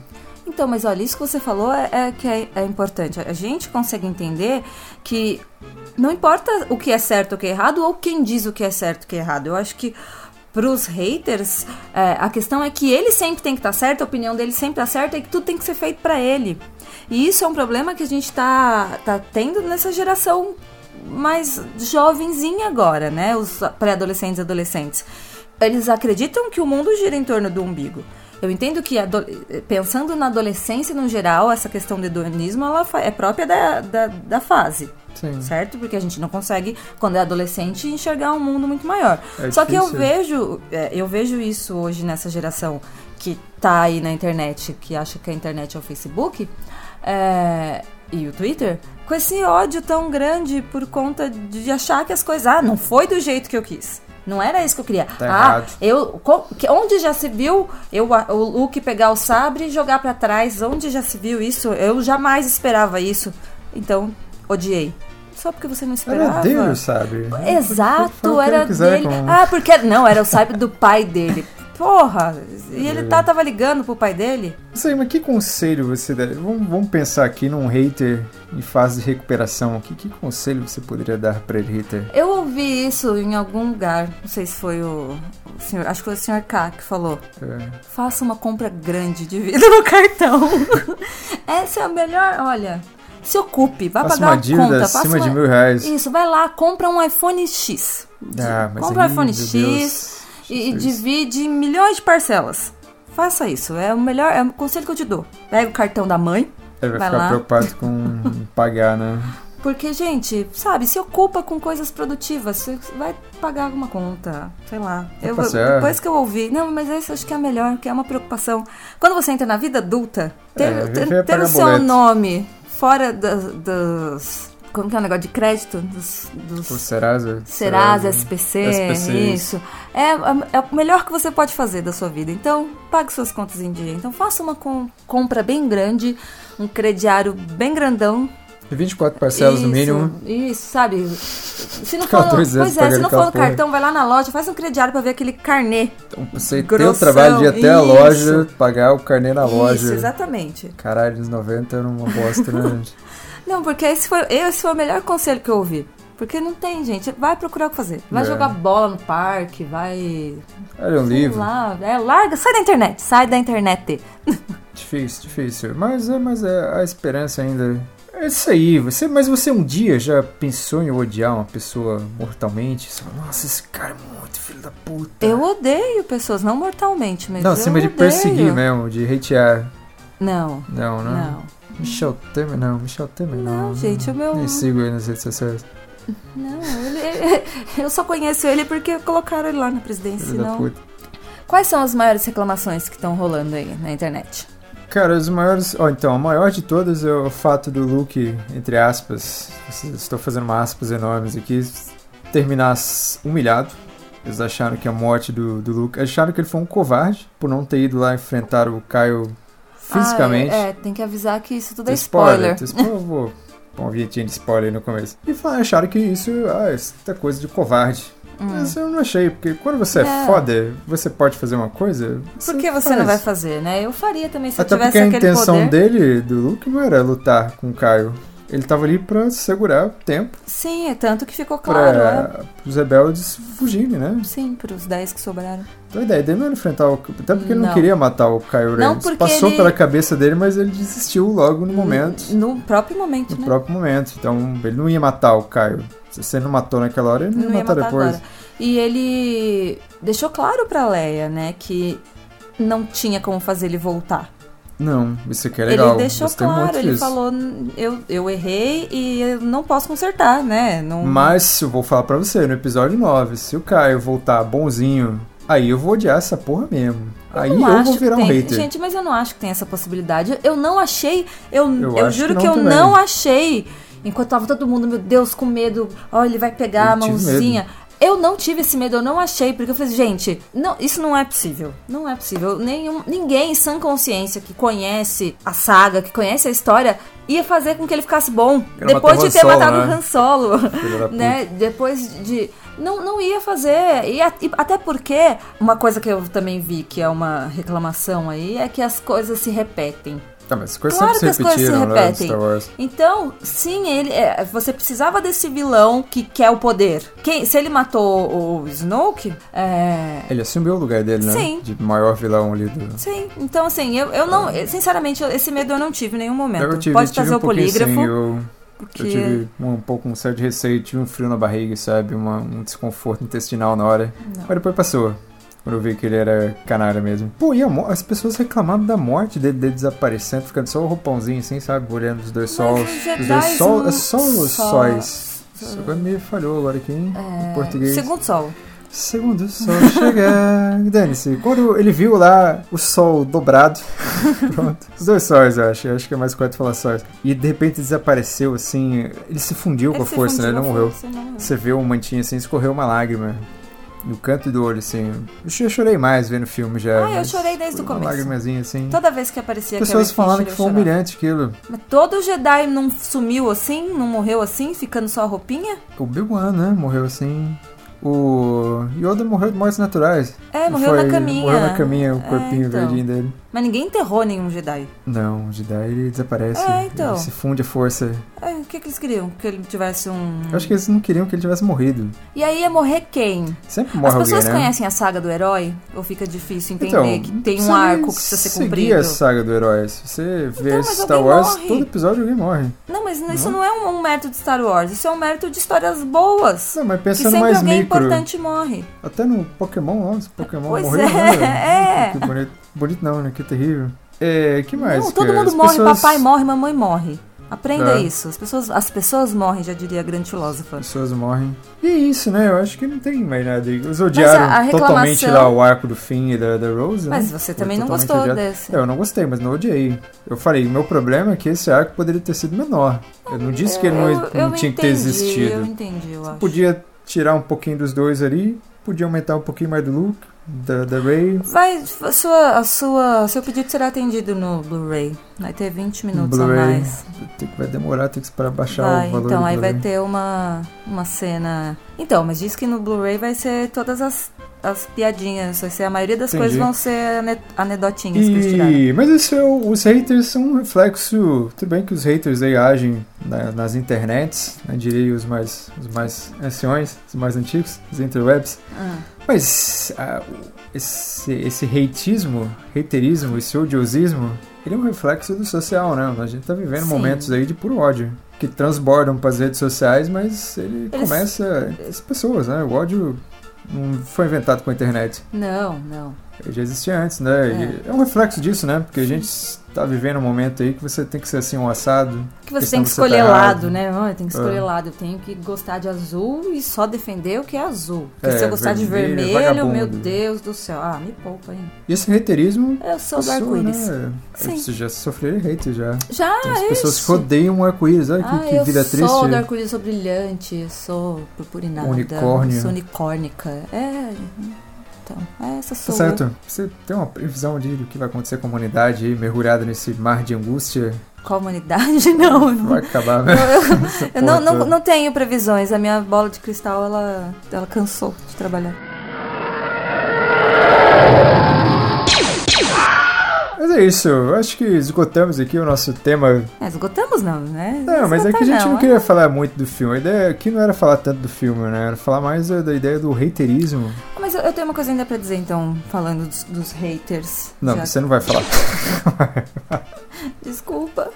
[SPEAKER 4] Então, mas olha, isso que você falou é, é que é, é importante. A gente consegue entender que não importa o que é certo ou o que é errado, ou quem diz o que é certo e o que é errado. Eu acho que pros haters, é, a questão é que ele sempre tem que estar certo, a opinião dele sempre tá certa e que tudo tem que ser feito pra ele. E isso é um problema que a gente tá, tá tendo nessa geração mais jovenzinha agora, né? Os pré-adolescentes e adolescentes. Eles acreditam que o mundo gira em torno do umbigo. Eu entendo que, ado- pensando na adolescência no geral, essa questão do hedonismo ela fa- é própria da, da, da fase.
[SPEAKER 3] Sim.
[SPEAKER 4] Certo? Porque a gente não consegue, quando é adolescente, enxergar um mundo muito maior.
[SPEAKER 3] É
[SPEAKER 4] Só que eu
[SPEAKER 3] difícil.
[SPEAKER 4] vejo, é, eu vejo isso hoje nessa geração que tá aí na internet, que acha que a internet é o Facebook é, e o Twitter, com esse ódio tão grande por conta de achar que as coisas. Ah, não foi do jeito que eu quis. Não era isso que eu queria.
[SPEAKER 3] Tá
[SPEAKER 4] ah,
[SPEAKER 3] errado.
[SPEAKER 4] eu, co- que- onde já se viu eu, a- o Luke pegar o sabre e jogar pra trás? Onde já se viu isso? Eu jamais esperava isso. Então, odiei. Só porque você não esperava.
[SPEAKER 3] Era dele, sabe? Fala o
[SPEAKER 4] Exato,
[SPEAKER 3] que ele
[SPEAKER 4] era
[SPEAKER 3] quiser
[SPEAKER 4] dele.
[SPEAKER 3] com-
[SPEAKER 4] Ah, porque não, era o sabre do pai dele. Porra! E ele tá, tava ligando pro pai dele?
[SPEAKER 3] Não sei, mas que conselho você dá? Vamos, vamos pensar aqui num hater em fase de recuperação. Que, que conselho você poderia dar pra ele, hater?
[SPEAKER 4] Eu ouvi isso em algum lugar. Não sei se foi o, o senhor. Acho que foi o senhor K que falou.
[SPEAKER 3] É,
[SPEAKER 4] Faça uma compra grande de vida no cartão. Essa é a melhor. Olha, se ocupe, vá
[SPEAKER 3] faça
[SPEAKER 4] pagar
[SPEAKER 3] uma
[SPEAKER 4] uma
[SPEAKER 3] dívida
[SPEAKER 4] conta. faça
[SPEAKER 3] acima
[SPEAKER 4] uma-
[SPEAKER 3] de mil reais.
[SPEAKER 4] Isso, vai lá, compra um iPhone X.
[SPEAKER 3] Ah, mas
[SPEAKER 4] compra
[SPEAKER 3] aí,
[SPEAKER 4] um iPhone
[SPEAKER 3] meu
[SPEAKER 4] X
[SPEAKER 3] Deus,
[SPEAKER 4] e, e
[SPEAKER 3] Jesus.
[SPEAKER 4] divide em milhões de parcelas. Faça isso, é o melhor, é o conselho que eu te dou. Pega o cartão da mãe,
[SPEAKER 3] Ele vai,
[SPEAKER 4] vai
[SPEAKER 3] ficar
[SPEAKER 4] lá.
[SPEAKER 3] preocupado com pagar, né?
[SPEAKER 4] porque, gente, sabe, se ocupa com coisas produtivas, você vai pagar alguma conta, sei lá.
[SPEAKER 3] Tá
[SPEAKER 4] Eu, vou-
[SPEAKER 3] passear.
[SPEAKER 4] depois que eu ouvi, não, mas esse acho que é a melhor, que é uma preocupação. Quando você entra na vida adulta, ter,
[SPEAKER 3] É,
[SPEAKER 4] ter-
[SPEAKER 3] viver é
[SPEAKER 4] ter
[SPEAKER 3] pagar
[SPEAKER 4] o seu
[SPEAKER 3] boleto.
[SPEAKER 4] nome fora da- dos. Como que é o negócio de crédito? Dos-
[SPEAKER 3] O
[SPEAKER 4] dos
[SPEAKER 3] Serasa?
[SPEAKER 4] Serasa, SPC,
[SPEAKER 3] SPC,
[SPEAKER 4] isso. É, é o melhor que você pode fazer da sua vida. Então, pague suas contas em dia. Então, faça uma com- compra bem grande, um crediário bem grandão.
[SPEAKER 3] 24 parcelas no
[SPEAKER 4] Isso,
[SPEAKER 3] mínimo.
[SPEAKER 4] Isso, sabe? Se não
[SPEAKER 3] Ficar
[SPEAKER 4] for no,
[SPEAKER 3] dois anos
[SPEAKER 4] pois é, se
[SPEAKER 3] pagando
[SPEAKER 4] não for no
[SPEAKER 3] aquela porra.
[SPEAKER 4] cartão, vai lá na loja, faz um crediário pra ver aquele carnê.
[SPEAKER 3] Então, você tem o
[SPEAKER 4] Grossão,
[SPEAKER 3] trabalho de ir até a
[SPEAKER 4] isso.
[SPEAKER 3] loja, pagar o carnê na
[SPEAKER 4] Isso,
[SPEAKER 3] loja.
[SPEAKER 4] exatamente.
[SPEAKER 3] Caralho, nos 90 era uma bosta, né? gente?
[SPEAKER 4] Não, porque esse foi, esse foi o melhor conselho que eu ouvi. Porque não tem, gente. Vai procurar o que fazer. Vai
[SPEAKER 3] É.
[SPEAKER 4] jogar bola no parque, vai
[SPEAKER 3] Era um livro.
[SPEAKER 4] lá. É, larga, sai da internet, sai da internet.
[SPEAKER 3] Difícil, difícil. Mas é, mas é a esperança ainda. É isso aí. Você, mas você um dia já pensou em odiar uma pessoa mortalmente? Você fala, nossa, esse cara é muito filho da puta.
[SPEAKER 4] Eu odeio pessoas, não mortalmente, mas
[SPEAKER 3] Não,
[SPEAKER 4] eu
[SPEAKER 3] acima de
[SPEAKER 4] odeio.
[SPEAKER 3] perseguir mesmo, de hatear.
[SPEAKER 4] Não,
[SPEAKER 3] Não, não.
[SPEAKER 4] não.
[SPEAKER 3] Michel Temer, não. Michel Temer, não.
[SPEAKER 4] Não, gente, o meu...
[SPEAKER 3] Nem sigo ele nas redes sociais.
[SPEAKER 4] Não, ele- eu só conheço ele porque colocaram ele lá na presidência,
[SPEAKER 3] Filho da
[SPEAKER 4] senão...
[SPEAKER 3] puta.
[SPEAKER 4] Quais são as maiores reclamações que estão rolando aí na internet?
[SPEAKER 3] Cara, os maiores. Ó, então, a maior de todas é o fato do Luke, entre aspas. Estou fazendo uma aspas enormes aqui. Terminar s- humilhado. Eles acharam que a morte do, do Luke. Acharam que ele foi um covarde por não ter ido lá enfrentar o Kyle fisicamente.
[SPEAKER 4] Ah, é, é, tem que avisar que isso tudo é
[SPEAKER 3] Tem
[SPEAKER 4] spoiler.
[SPEAKER 3] tem spo- eu vou pôr uma vinhetinha de spoiler no começo. E falaram, acharam que isso. Ah, isso é coisa de covarde.
[SPEAKER 4] Hum.
[SPEAKER 3] Mas eu não achei, porque quando você é,
[SPEAKER 4] Ah. É.
[SPEAKER 3] foda, você pode fazer uma coisa.
[SPEAKER 4] Por que você
[SPEAKER 3] faz.
[SPEAKER 4] não vai fazer, né? Eu faria também se
[SPEAKER 3] Até
[SPEAKER 4] eu tivesse
[SPEAKER 3] porque a
[SPEAKER 4] aquele
[SPEAKER 3] intenção
[SPEAKER 4] poder.
[SPEAKER 3] dele, do Luke, não era lutar com o Caio. Ele tava ali pra segurar o tempo
[SPEAKER 4] Sim, é tanto que ficou claro. é.
[SPEAKER 3] para os rebeldes fugirem, né?
[SPEAKER 4] Sim, pros 10 que sobraram.
[SPEAKER 3] Então a ideia dele não era enfrentar o. Até porque ele não,
[SPEAKER 4] Não.
[SPEAKER 3] queria matar o Kylo Ren.
[SPEAKER 4] Não,
[SPEAKER 3] Isso
[SPEAKER 4] porque
[SPEAKER 3] Passou
[SPEAKER 4] ele-
[SPEAKER 3] pela cabeça dele, mas ele desistiu logo no momento.
[SPEAKER 4] No próprio momento,
[SPEAKER 3] No
[SPEAKER 4] né?
[SPEAKER 3] próprio momento. Então ele não ia matar o Kylo. Se você não matou naquela hora, ele não,
[SPEAKER 4] Não ia matar
[SPEAKER 3] depois.
[SPEAKER 4] agora. E ele deixou claro pra Leia, né, que não tinha como fazer ele voltar.
[SPEAKER 3] Não, isso aqui é legal.
[SPEAKER 4] ele deixou
[SPEAKER 3] Gostei
[SPEAKER 4] claro,
[SPEAKER 3] muito
[SPEAKER 4] ele
[SPEAKER 3] disso.
[SPEAKER 4] falou, "N- eu, eu errei e eu não posso consertar, né? Não...
[SPEAKER 3] Mas eu vou falar pra você, no episódio 9, se o Caio voltar bonzinho, aí eu vou odiar essa porra mesmo.
[SPEAKER 4] Eu
[SPEAKER 3] aí
[SPEAKER 4] não
[SPEAKER 3] eu
[SPEAKER 4] acho
[SPEAKER 3] vou
[SPEAKER 4] que
[SPEAKER 3] virar um
[SPEAKER 4] tem.
[SPEAKER 3] hater.
[SPEAKER 4] Gente, mas eu não acho que tem essa possibilidade. Eu não achei, eu,
[SPEAKER 3] Eu
[SPEAKER 4] eu,
[SPEAKER 3] acho
[SPEAKER 4] juro
[SPEAKER 3] que
[SPEAKER 4] que,
[SPEAKER 3] não
[SPEAKER 4] eu
[SPEAKER 3] também.
[SPEAKER 4] não achei. Enquanto tava todo mundo, meu Deus, com medo, ó, ele vai pegar
[SPEAKER 3] Eu
[SPEAKER 4] a
[SPEAKER 3] tive
[SPEAKER 4] mãozinha. Eu não tive esse medo, eu não achei, porque eu falei, gente, não, isso não é possível. Não é possível. Nenhum, ninguém em sã consciência que conhece a saga, que conhece a história, ia fazer com que ele ficasse bom.
[SPEAKER 3] Era
[SPEAKER 4] depois
[SPEAKER 3] matar o
[SPEAKER 4] de ter
[SPEAKER 3] Han Solo,
[SPEAKER 4] matado
[SPEAKER 3] né?
[SPEAKER 4] o Han Solo.
[SPEAKER 3] Filho da puta.
[SPEAKER 4] né? Depois de. Não, não ia fazer. E, a- e até porque, uma coisa que eu também vi, que é uma reclamação aí, é que as coisas se repetem.
[SPEAKER 3] Tá, mas as coisas
[SPEAKER 4] Claro que
[SPEAKER 3] sempre
[SPEAKER 4] as
[SPEAKER 3] se
[SPEAKER 4] coisas se
[SPEAKER 3] repetiram, né? do
[SPEAKER 4] repetem.
[SPEAKER 3] Star Wars.
[SPEAKER 4] Então, sim, ele. é, você precisava desse vilão que quer o poder. Quem, se ele matou o Snoke, é,
[SPEAKER 3] Ele assumiu o lugar dele, né?
[SPEAKER 4] Sim.
[SPEAKER 3] De maior vilão ali do.
[SPEAKER 4] Sim, então assim, eu, eu não. Sinceramente, eu- esse medo eu não tive em nenhum momento.
[SPEAKER 3] Eu tive,
[SPEAKER 4] Pode
[SPEAKER 3] tive
[SPEAKER 4] trazer
[SPEAKER 3] um
[SPEAKER 4] o
[SPEAKER 3] pouquinho, sim,
[SPEAKER 4] polígrafo.
[SPEAKER 3] eu,
[SPEAKER 4] que- é-
[SPEAKER 3] eu tive um, um pouco um certo receio, tive um frio na barriga, sabe? Uma- um desconforto intestinal na hora. Mas depois passou. Quando eu vi que ele era canário mesmo. Pô, e a mo- as pessoas reclamavam da morte dele, dele desaparecendo, ficando só o roupãozinho assim, sabe? Olhando os dois sols.
[SPEAKER 4] os
[SPEAKER 3] Os dois
[SPEAKER 4] Jedis
[SPEAKER 3] sol,
[SPEAKER 4] não-
[SPEAKER 3] é só os
[SPEAKER 4] um só- é,
[SPEAKER 3] sóis. Isso agora me falhou agora aqui, hein? em português.
[SPEAKER 4] Segundo sol.
[SPEAKER 3] Segundo o sol chegar. Dane-se. Quando ele viu lá o sol dobrado. Pronto. Os dois sóis, eu acho. Eu acho que é mais correto falar sóis. E de repente desapareceu, assim. Ele se fundiu com a
[SPEAKER 4] Esse
[SPEAKER 3] força, né?
[SPEAKER 4] fundiu
[SPEAKER 3] Ele não
[SPEAKER 4] com a
[SPEAKER 3] morreu.
[SPEAKER 4] força, não morreu.
[SPEAKER 3] Você vê um mantinho assim, escorreu uma lágrima. No canto do olho, assim. Eu cho- eu chorei mais vendo o filme já.
[SPEAKER 4] Ah, eu
[SPEAKER 3] mas
[SPEAKER 4] chorei desde
[SPEAKER 3] foi
[SPEAKER 4] o
[SPEAKER 3] uma
[SPEAKER 4] começo.
[SPEAKER 3] lágrimazinha assim.
[SPEAKER 4] Toda vez que aparecia
[SPEAKER 3] Pessoas
[SPEAKER 4] Carrie Fisher,
[SPEAKER 3] falaram
[SPEAKER 4] eu
[SPEAKER 3] que foi um
[SPEAKER 4] chorava.
[SPEAKER 3] humilhante aquilo.
[SPEAKER 4] Mas todo Jedi não sumiu assim, não morreu assim, ficando só a roupinha?
[SPEAKER 3] O Obi-Wan, né? Morreu assim. O Yoda morreu de mortes naturais.
[SPEAKER 4] É, morreu
[SPEAKER 3] Foi-
[SPEAKER 4] na caminha.
[SPEAKER 3] Morreu na caminha, o
[SPEAKER 4] É,
[SPEAKER 3] corpinho
[SPEAKER 4] então.
[SPEAKER 3] verdinho dele.
[SPEAKER 4] Mas ninguém enterrou nenhum Jedi.
[SPEAKER 3] Não, o Jedi ele desaparece.
[SPEAKER 4] É, então.
[SPEAKER 3] Ele se funde a força.
[SPEAKER 4] É, o que, que eles queriam? Que ele tivesse um.
[SPEAKER 3] Eu acho que eles não queriam que ele tivesse morrido.
[SPEAKER 4] E aí ia morrer quem?
[SPEAKER 3] Sempre morre
[SPEAKER 4] As pessoas
[SPEAKER 3] alguém, né?
[SPEAKER 4] conhecem a saga do herói? Ou fica difícil entender
[SPEAKER 3] Então,
[SPEAKER 4] que tem um
[SPEAKER 3] você
[SPEAKER 4] arco que precisa ser
[SPEAKER 3] seguir
[SPEAKER 4] cumprido? Então,
[SPEAKER 3] a saga do herói. Se você vê
[SPEAKER 4] mas
[SPEAKER 3] Star
[SPEAKER 4] alguém
[SPEAKER 3] Wars,
[SPEAKER 4] morre.
[SPEAKER 3] todo episódio alguém morre.
[SPEAKER 4] Não, mas n- isso não é um, um mérito de Star Wars, isso é um mérito de histórias boas.
[SPEAKER 3] Não, mas
[SPEAKER 4] que
[SPEAKER 3] pensando
[SPEAKER 4] sempre
[SPEAKER 3] mais
[SPEAKER 4] alguém
[SPEAKER 3] micro.
[SPEAKER 4] importante morre.
[SPEAKER 3] Até no Pokémon, ó, esse Pokémon
[SPEAKER 4] Pois
[SPEAKER 3] morreu.
[SPEAKER 4] é,
[SPEAKER 3] né?
[SPEAKER 4] é.
[SPEAKER 3] Que bonito. Bonito não, né? Que terrível. É, que mais?
[SPEAKER 4] não, todo
[SPEAKER 3] cara?
[SPEAKER 4] mundo
[SPEAKER 3] As
[SPEAKER 4] morre,
[SPEAKER 3] pessoas-
[SPEAKER 4] papai morre, mamãe morre. Aprenda
[SPEAKER 3] É.
[SPEAKER 4] isso. As pessoas, as pessoas morrem, já diria a grande filósofa.
[SPEAKER 3] pessoas morrem. E é isso, né? Eu acho que não tem mais nada. Eles odiaram
[SPEAKER 4] a- a
[SPEAKER 3] totalmente
[SPEAKER 4] reclamação-
[SPEAKER 3] lá o arco do fim e da, da Rose, né?
[SPEAKER 4] Mas
[SPEAKER 3] Foi
[SPEAKER 4] você também não
[SPEAKER 3] totalmente
[SPEAKER 4] gostou
[SPEAKER 3] odiado.
[SPEAKER 4] desse.
[SPEAKER 3] Eu não gostei, mas não odiei. Eu falei, meu problema é que esse arco poderia ter sido menor. Eu não disse que ele não, é-
[SPEAKER 4] eu, eu
[SPEAKER 3] não tinha que ter
[SPEAKER 4] entendi, Eu
[SPEAKER 3] existido.
[SPEAKER 4] entendi, eu acho.
[SPEAKER 3] Podia tirar um pouquinho dos dois ali, podia aumentar um pouquinho mais do Luke, da, da Rey.
[SPEAKER 4] Vai, a sua, a sua, seu pedido será atendido no Blu-ray. Vai ter 20 minutos a
[SPEAKER 3] Blu-ray.
[SPEAKER 4] mais.
[SPEAKER 3] Tem que- Vai demorar, tem que esperar baixar
[SPEAKER 4] Vai,
[SPEAKER 3] o valor
[SPEAKER 4] então
[SPEAKER 3] do
[SPEAKER 4] aí vai
[SPEAKER 3] Blu-ray.
[SPEAKER 4] ter uma, uma cena. Então, mas diz que no Blu-ray vai ser todas as, as piadinhas, vai ser a maioria das
[SPEAKER 3] Entendi.
[SPEAKER 4] coisas vão ser ane- anedotinhas que eles tiraram.
[SPEAKER 3] E, mas isso é, o- os haters são um reflexo. Tudo bem que os haters aí agem na- nas internets, né, diria os mais, os mais anciões, os mais antigos, os interwebs.
[SPEAKER 4] Ah.
[SPEAKER 3] Mas ah, o- esse, esse hateismo, haterismo, esse odiosismo, ele é um reflexo do social, né? A gente tá vivendo
[SPEAKER 4] Sim.
[SPEAKER 3] momentos aí de puro ódio. Que transbordam para as redes sociais, mas ele
[SPEAKER 4] Eles-
[SPEAKER 3] começa. As pessoas, né? O ódio não foi inventado com a internet.
[SPEAKER 4] Não, não.
[SPEAKER 3] Ele já existia antes, né? É. é um reflexo disso, né? Porque a gente tá vivendo um momento aí que você tem que ser assim, um assado.
[SPEAKER 4] Que você
[SPEAKER 3] Senão
[SPEAKER 4] tem que
[SPEAKER 3] você tá
[SPEAKER 4] escolher
[SPEAKER 3] errado.
[SPEAKER 4] lado, né? Ah, eu tenho que escolher
[SPEAKER 3] Ah.
[SPEAKER 4] lado. Eu tenho que gostar de azul e só defender o que é azul. Porque
[SPEAKER 3] É,
[SPEAKER 4] se eu gostar
[SPEAKER 3] vermelho,
[SPEAKER 4] de vermelho, meu
[SPEAKER 3] vagabundo.
[SPEAKER 4] Deus do céu. Ah, me poupa, hein?
[SPEAKER 3] E esse haterismo.
[SPEAKER 4] Eu sou do
[SPEAKER 3] passou,
[SPEAKER 4] arco-íris.
[SPEAKER 3] né?
[SPEAKER 4] Sim.
[SPEAKER 3] Você já sofreu hater já.
[SPEAKER 4] Já, é
[SPEAKER 3] Tem as pessoas que
[SPEAKER 4] isso.
[SPEAKER 3] odeiam o arco-íris. Olha que,
[SPEAKER 4] ah,
[SPEAKER 3] que
[SPEAKER 4] eu
[SPEAKER 3] vida triste.
[SPEAKER 4] sou do arco-íris, sou brilhante, eu sou purpurinada,
[SPEAKER 3] Unicórnio.
[SPEAKER 4] sou unicórnica. É, então, é essa
[SPEAKER 3] Tá
[SPEAKER 4] sou eu.
[SPEAKER 3] certo. Você tem uma previsão de do que vai acontecer com a humanidade aí, mergulhada nesse mar de angústia?
[SPEAKER 4] Qual humanidade? Não, não.
[SPEAKER 3] Vai acabar, né?
[SPEAKER 4] Eu não, não,
[SPEAKER 3] porra.
[SPEAKER 4] não tenho previsões, a minha bola de cristal, ela, ela cansou de trabalhar.
[SPEAKER 3] Mas é isso. Eu acho que esgotamos aqui o nosso tema
[SPEAKER 4] É, esgotamos Deus, não, né?
[SPEAKER 3] Não, mas é que a gente não
[SPEAKER 4] é.
[SPEAKER 3] queria falar muito do filme. A ideia aqui não era falar tanto do filme, né? Era falar mais eh, da ideia do haterismo.
[SPEAKER 4] Mas eu, eu tenho uma coisa ainda pra dizer, então, falando dos, dos haters.
[SPEAKER 3] Não,
[SPEAKER 4] já.
[SPEAKER 3] você não vai falar.
[SPEAKER 4] Desculpa.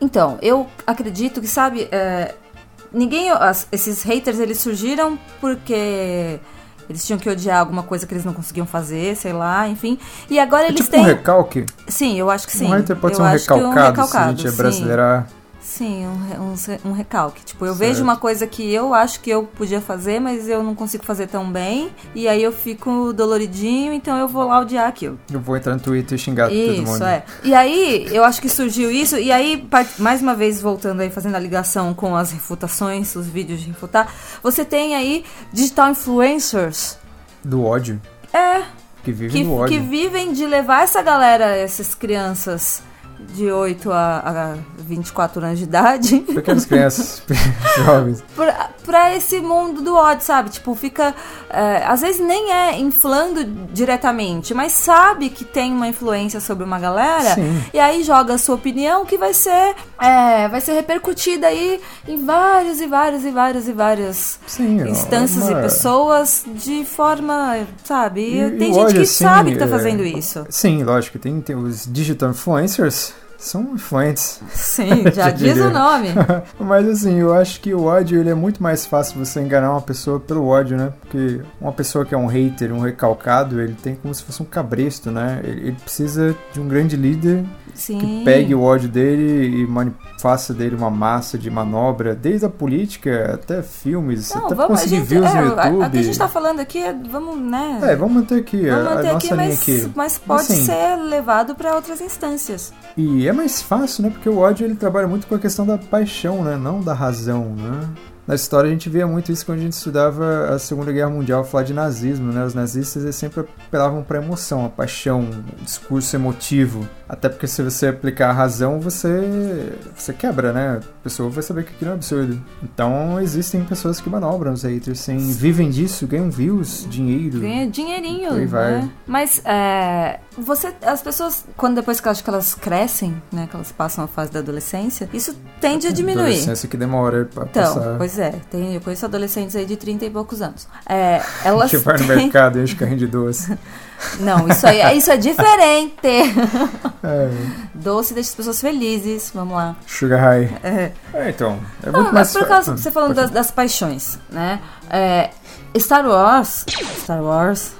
[SPEAKER 4] Então, eu acredito que, sabe, é, ninguém. as- esses haters eles surgiram porque eles tinham que odiar alguma coisa que eles não conseguiam fazer, sei lá, enfim. E agora
[SPEAKER 3] É
[SPEAKER 4] eles
[SPEAKER 3] tipo
[SPEAKER 4] têm.
[SPEAKER 3] um recalque.
[SPEAKER 4] Sim, eu acho que sim.
[SPEAKER 3] um hater pode
[SPEAKER 4] eu
[SPEAKER 3] ser um
[SPEAKER 4] acho que
[SPEAKER 3] recalcado,
[SPEAKER 4] recalcado,
[SPEAKER 3] se a gente é
[SPEAKER 4] sim.
[SPEAKER 3] brasileira.
[SPEAKER 4] Sim, um, re- um se- um recalque. Tipo, eu
[SPEAKER 3] Certo.
[SPEAKER 4] vejo uma coisa que eu acho que eu podia fazer, mas eu não consigo fazer tão bem. E aí eu fico doloridinho, então eu vou lá odiar aquilo.
[SPEAKER 3] Eu vou entrar no Twitter e xingar todo mundo.
[SPEAKER 4] Isso, é. E aí, eu acho que surgiu isso, e aí, par- mais uma vez, voltando aí, fazendo a ligação com as refutações, os vídeos de refutar, você tem aí digital influencers
[SPEAKER 3] Do ódio.
[SPEAKER 4] é,
[SPEAKER 3] Que vive
[SPEAKER 4] que,
[SPEAKER 3] no ódio.
[SPEAKER 4] que vivem de levar essa galera, essas crianças de 8 a, a 24 anos de idade,
[SPEAKER 3] Pequenas crianças, jovens.
[SPEAKER 4] pra, pra esse mundo do ódio, sabe? Tipo, fica. é, às vezes nem é inflando diretamente, mas sabe que tem uma influência sobre uma galera.
[SPEAKER 3] Sim.
[SPEAKER 4] E aí joga a sua opinião que vai ser. é, vai ser repercutida aí em vários e vários e vários e várias
[SPEAKER 3] Sim, é
[SPEAKER 4] instâncias
[SPEAKER 3] uma-
[SPEAKER 4] e pessoas de forma, sabe? E
[SPEAKER 3] E-
[SPEAKER 4] tem
[SPEAKER 3] e
[SPEAKER 4] gente
[SPEAKER 3] olha,
[SPEAKER 4] que
[SPEAKER 3] assim,
[SPEAKER 4] sabe que tá
[SPEAKER 3] é,
[SPEAKER 4] fazendo isso.
[SPEAKER 3] Sim, lógico. Tem, tem os digital influencers. São influentes.
[SPEAKER 4] Sim, já
[SPEAKER 3] Já
[SPEAKER 4] diz
[SPEAKER 3] diria.
[SPEAKER 4] o nome.
[SPEAKER 3] Mas assim, eu acho que o ódio ele é muito mais fácil você enganar uma pessoa pelo ódio, né? Porque uma pessoa que é um hater, um recalcado, ele tem como se fosse um cabresto, né? Ele, ele precisa de um grande líder
[SPEAKER 4] Sim.
[SPEAKER 3] que pegue o ódio dele e mani- faça dele uma massa de manobra, desde a política até filmes,
[SPEAKER 4] Não,
[SPEAKER 3] até pra
[SPEAKER 4] vamos, a
[SPEAKER 3] conseguir
[SPEAKER 4] gente,
[SPEAKER 3] views
[SPEAKER 4] é,
[SPEAKER 3] no
[SPEAKER 4] a-
[SPEAKER 3] YouTube.
[SPEAKER 4] A, que a gente tá falando aqui é, vamos, né?
[SPEAKER 3] É, vamos manter aqui
[SPEAKER 4] Vamos
[SPEAKER 3] a, a
[SPEAKER 4] manter
[SPEAKER 3] nossa
[SPEAKER 4] aqui,
[SPEAKER 3] linha
[SPEAKER 4] mas,
[SPEAKER 3] aqui.
[SPEAKER 4] mas pode
[SPEAKER 3] Assim,
[SPEAKER 4] ser levado pra outras instâncias.
[SPEAKER 3] E é mais fácil, né? Porque o ódio ele trabalha muito com a questão da paixão, né? Não da razão, né? Na história a gente via muito isso quando a gente estudava a Segunda Guerra Mundial, falar de nazismo, né? Os nazistas eles sempre apelavam pra emoção, a paixão, o discurso emotivo. Até porque se você aplicar a razão, você você quebra, né? A pessoa vai saber que aquilo é um absurdo. Então existem pessoas que manobram os haters, sim, vivem disso, ganham views, dinheiro.
[SPEAKER 4] Ganha dinheirinho,
[SPEAKER 3] Por Hum. aí vai.
[SPEAKER 4] né? Mas é, você, as pessoas, quando depois que elas, que elas crescem, né, que elas passam a fase da adolescência, isso tende a diminuir.
[SPEAKER 3] Adolescência que demora pra
[SPEAKER 4] Então,
[SPEAKER 3] passar.
[SPEAKER 4] pois é, tem, eu conheço adolescentes aí de 30 e poucos anos. É, elas
[SPEAKER 3] que Tipo, vai no
[SPEAKER 4] têm-
[SPEAKER 3] mercado e enche carrinho de doce.
[SPEAKER 4] Não, isso aí é- isso é diferente.
[SPEAKER 3] É.
[SPEAKER 4] Doce deixa as pessoas felizes, vamos lá.
[SPEAKER 3] Sugar High.
[SPEAKER 4] É.
[SPEAKER 3] É, então. É
[SPEAKER 4] Não,
[SPEAKER 3] muito
[SPEAKER 4] mas
[SPEAKER 3] mais
[SPEAKER 4] por
[SPEAKER 3] fa-
[SPEAKER 4] causa
[SPEAKER 3] Ah,
[SPEAKER 4] que você falando das, das paixões, né? É, Star Wars. Star Wars.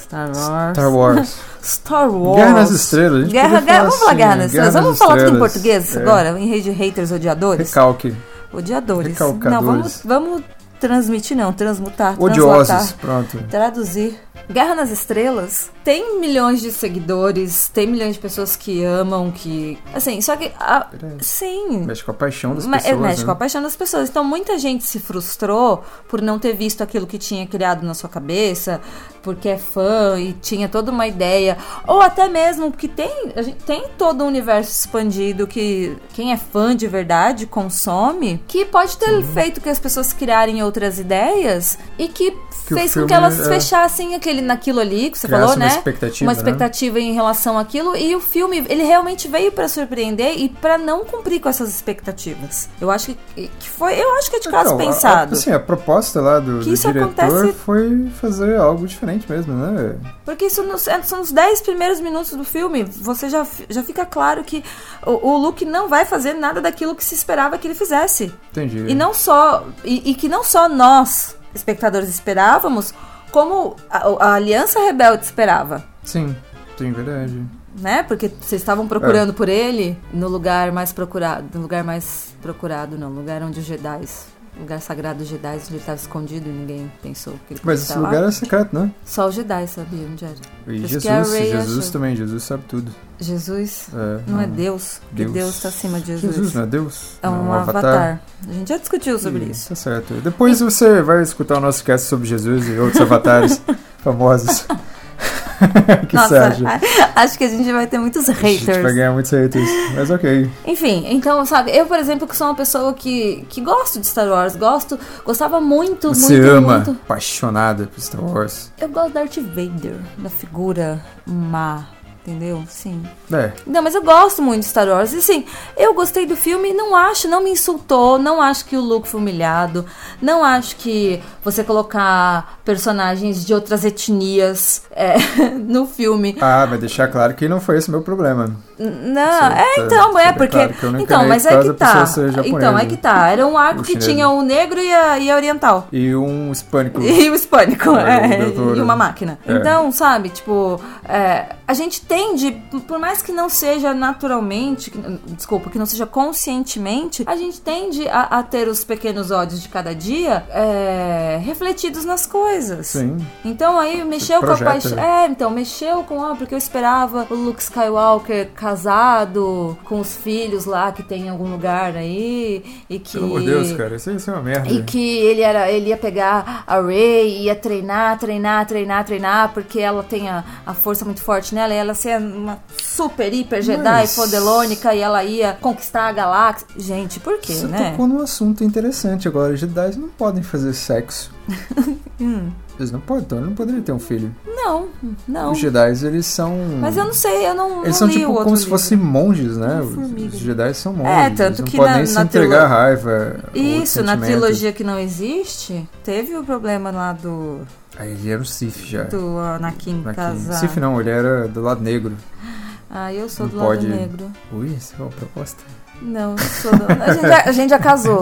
[SPEAKER 4] Star Wars.
[SPEAKER 3] Star Wars.
[SPEAKER 4] Star Wars.
[SPEAKER 3] Guerra nas Estrelas. a gente
[SPEAKER 4] Guerra,
[SPEAKER 3] podia
[SPEAKER 4] guerra- vamos falar
[SPEAKER 3] assim,
[SPEAKER 4] Guerra nas Estrelas. Vamos falar tudo em
[SPEAKER 3] Estrelas.
[SPEAKER 4] português
[SPEAKER 3] É.
[SPEAKER 4] agora, em rede de haters odiadores?
[SPEAKER 3] Recalque.
[SPEAKER 4] Odiadores.
[SPEAKER 3] Recalcadores.
[SPEAKER 4] Não, vamos, vamos transmitir, não, transmutar,
[SPEAKER 3] Odiosos.
[SPEAKER 4] translatar.
[SPEAKER 3] Pronto.
[SPEAKER 4] Traduzir. Guerra nas Estrelas tem milhões de seguidores, tem milhões de pessoas que amam, que. Assim, só que. a-
[SPEAKER 3] Peraí.
[SPEAKER 4] Sim.
[SPEAKER 3] Mexe com a paixão das
[SPEAKER 4] Mas, é,
[SPEAKER 3] pessoas.
[SPEAKER 4] mexe
[SPEAKER 3] né?
[SPEAKER 4] com a paixão das pessoas. Então, muita gente se frustrou por não ter visto aquilo que tinha criado na sua cabeça, porque é fã e tinha toda uma ideia. Ou até mesmo que tem, a gente tem todo um universo expandido que quem é fã de verdade consome, que pode ter feito que as pessoas criarem outras ideias e que,
[SPEAKER 3] Que o
[SPEAKER 4] fez com
[SPEAKER 3] filme,
[SPEAKER 4] que elas
[SPEAKER 3] é,
[SPEAKER 4] fechassem aquele, naquilo ali que você
[SPEAKER 3] Criasse
[SPEAKER 4] falou,
[SPEAKER 3] uma
[SPEAKER 4] né?
[SPEAKER 3] expectativa,
[SPEAKER 4] Uma
[SPEAKER 3] né?
[SPEAKER 4] expectativa em relação àquilo. E o filme, ele realmente veio pra surpreender e pra não cumprir com essas expectativas. Eu acho que, que foi. Eu acho que é de
[SPEAKER 3] Então,
[SPEAKER 4] caso
[SPEAKER 3] a-
[SPEAKER 4] pensado.
[SPEAKER 3] A, assim, a proposta lá do,
[SPEAKER 4] Que
[SPEAKER 3] do
[SPEAKER 4] isso
[SPEAKER 3] diretor
[SPEAKER 4] acontece-
[SPEAKER 3] foi fazer algo diferente mesmo, né?
[SPEAKER 4] Porque isso nos, é- são os 10 primeiros minutos do filme. Você já, fi- já fica claro que o, o Luke não vai fazer nada daquilo que se esperava que ele fizesse.
[SPEAKER 3] Entendi.
[SPEAKER 4] E não só. E, e que não só nós, espectadores, esperávamos, como a- a Aliança Rebelde esperava.
[SPEAKER 3] Sim, tem verdade.
[SPEAKER 4] né? Porque vocês estavam procurando por ele no lugar mais procurado, no lugar mais procurado, não, lugar onde os Jedi, lugar sagrado dos Jedi, onde ele estava escondido e ninguém pensou que ele
[SPEAKER 3] Mas
[SPEAKER 4] podia
[SPEAKER 3] esse
[SPEAKER 4] estar lá.
[SPEAKER 3] lugar é secreto, né?
[SPEAKER 4] Só os Jedi sabia onde era.
[SPEAKER 3] E
[SPEAKER 4] Por isso
[SPEAKER 3] Jesus,
[SPEAKER 4] que a Rey
[SPEAKER 3] Jesus
[SPEAKER 4] achou.
[SPEAKER 3] também, Jesus sabe tudo.
[SPEAKER 4] Jesus
[SPEAKER 3] É,
[SPEAKER 4] não é Deus, que
[SPEAKER 3] Deus.
[SPEAKER 4] Deus está acima de Jesus.
[SPEAKER 3] Jesus não é Deus?
[SPEAKER 4] É
[SPEAKER 3] Não,
[SPEAKER 4] um avatar. A gente já discutiu sobre
[SPEAKER 3] Ih,
[SPEAKER 4] isso.
[SPEAKER 3] Tá certo. Depois você vai escutar o nosso cast sobre Jesus e outros avatares famosos. que
[SPEAKER 4] Nossa,
[SPEAKER 3] Sérgio.
[SPEAKER 4] acho que a gente vai ter muitos
[SPEAKER 3] A gente vai
[SPEAKER 4] haters.
[SPEAKER 3] ganhar muitos haters. Mas ok.
[SPEAKER 4] Enfim, então, sabe, eu, por exemplo, que sou uma pessoa que, que gosto de Star Wars, gosto, gostava muito,
[SPEAKER 3] Você
[SPEAKER 4] muito,
[SPEAKER 3] ama,
[SPEAKER 4] muito.
[SPEAKER 3] apaixonada por Star Wars.
[SPEAKER 4] Eu gosto do Darth Vader, da figura má entendeu? Sim.
[SPEAKER 3] É.
[SPEAKER 4] Não, mas eu gosto muito de Star Wars. E sim, eu gostei do filme, não acho, não me insultou, não acho que o Luke foi humilhado, não acho que você colocar personagens de outras etnias é, no filme.
[SPEAKER 3] Ah, vai deixar claro que não foi esse meu problema.
[SPEAKER 4] N- Não, é, então, é
[SPEAKER 3] Fica
[SPEAKER 4] porque.
[SPEAKER 3] claro que eu não
[SPEAKER 4] então,
[SPEAKER 3] encanei
[SPEAKER 4] mas
[SPEAKER 3] por
[SPEAKER 4] é
[SPEAKER 3] causa
[SPEAKER 4] que
[SPEAKER 3] da pessoa
[SPEAKER 4] tá.
[SPEAKER 3] ser japonesa.
[SPEAKER 4] Então, é que tá. Era um arco
[SPEAKER 3] O
[SPEAKER 4] que
[SPEAKER 3] chinesa.
[SPEAKER 4] tinha o negro e a, e a oriental.
[SPEAKER 3] E um hispânico.
[SPEAKER 4] E o hispânico,
[SPEAKER 3] É,
[SPEAKER 4] é,
[SPEAKER 3] o doutor-
[SPEAKER 4] e uma máquina.
[SPEAKER 3] É.
[SPEAKER 4] Então, sabe, tipo, é, a gente tende, por mais que não seja naturalmente, que- desculpa, que não seja conscientemente, a gente tende a, a ter os pequenos ódios de cada dia é, refletidos nas coisas.
[SPEAKER 3] Sim.
[SPEAKER 4] Então aí mexeu com a
[SPEAKER 3] projeta,
[SPEAKER 4] paixão.
[SPEAKER 3] né?
[SPEAKER 4] É, então, mexeu com. Ah, porque eu esperava o Luke Skywalker casado, com os filhos lá que tem em algum lugar aí. E que.
[SPEAKER 3] Pelo amor de Deus, cara, isso, isso é uma merda.
[SPEAKER 4] E que ele, era, ele ia pegar a Rey, ia treinar, treinar, treinar, treinar, porque ela tem a, a força muito forte nela, e ela ser uma super, hiper Jedi,
[SPEAKER 3] Mas-
[SPEAKER 4] fodelônica, e ela ia conquistar a galáxia. Gente, por quê,
[SPEAKER 3] Você
[SPEAKER 4] né?
[SPEAKER 3] tocou num assunto interessante agora. Os Jedi não podem fazer sexo. Eles não podem, então eles não poderiam ter um filho.
[SPEAKER 4] Não, Hum. não.
[SPEAKER 3] Os Jedi, eles são.
[SPEAKER 4] Mas eu não sei, eu não,
[SPEAKER 3] Eles
[SPEAKER 4] não
[SPEAKER 3] são
[SPEAKER 4] li o
[SPEAKER 3] tipo
[SPEAKER 4] outro
[SPEAKER 3] como se
[SPEAKER 4] livro.
[SPEAKER 3] fossem monges, né?
[SPEAKER 4] Uma
[SPEAKER 3] Os-
[SPEAKER 4] formiga.
[SPEAKER 3] Os Jedi são monges.
[SPEAKER 4] É, tanto
[SPEAKER 3] eles não
[SPEAKER 4] que
[SPEAKER 3] podem
[SPEAKER 4] na-
[SPEAKER 3] nem se
[SPEAKER 4] na trilo-
[SPEAKER 3] entregar à raiva. ou
[SPEAKER 4] Isso, na
[SPEAKER 3] sentimento.
[SPEAKER 4] trilogia que não existe, teve o problema lá do,
[SPEAKER 3] Aí ele era o Sif já.
[SPEAKER 4] do Anakin
[SPEAKER 3] Anakin.
[SPEAKER 4] casar.
[SPEAKER 3] Sif não, ele era do lado negro.
[SPEAKER 4] Ah, eu sou
[SPEAKER 3] Não
[SPEAKER 4] do lado
[SPEAKER 3] pode.
[SPEAKER 4] negro.
[SPEAKER 3] Ui, essa é uma proposta.
[SPEAKER 4] Não, eu sou do... a, gente já, a gente já casou.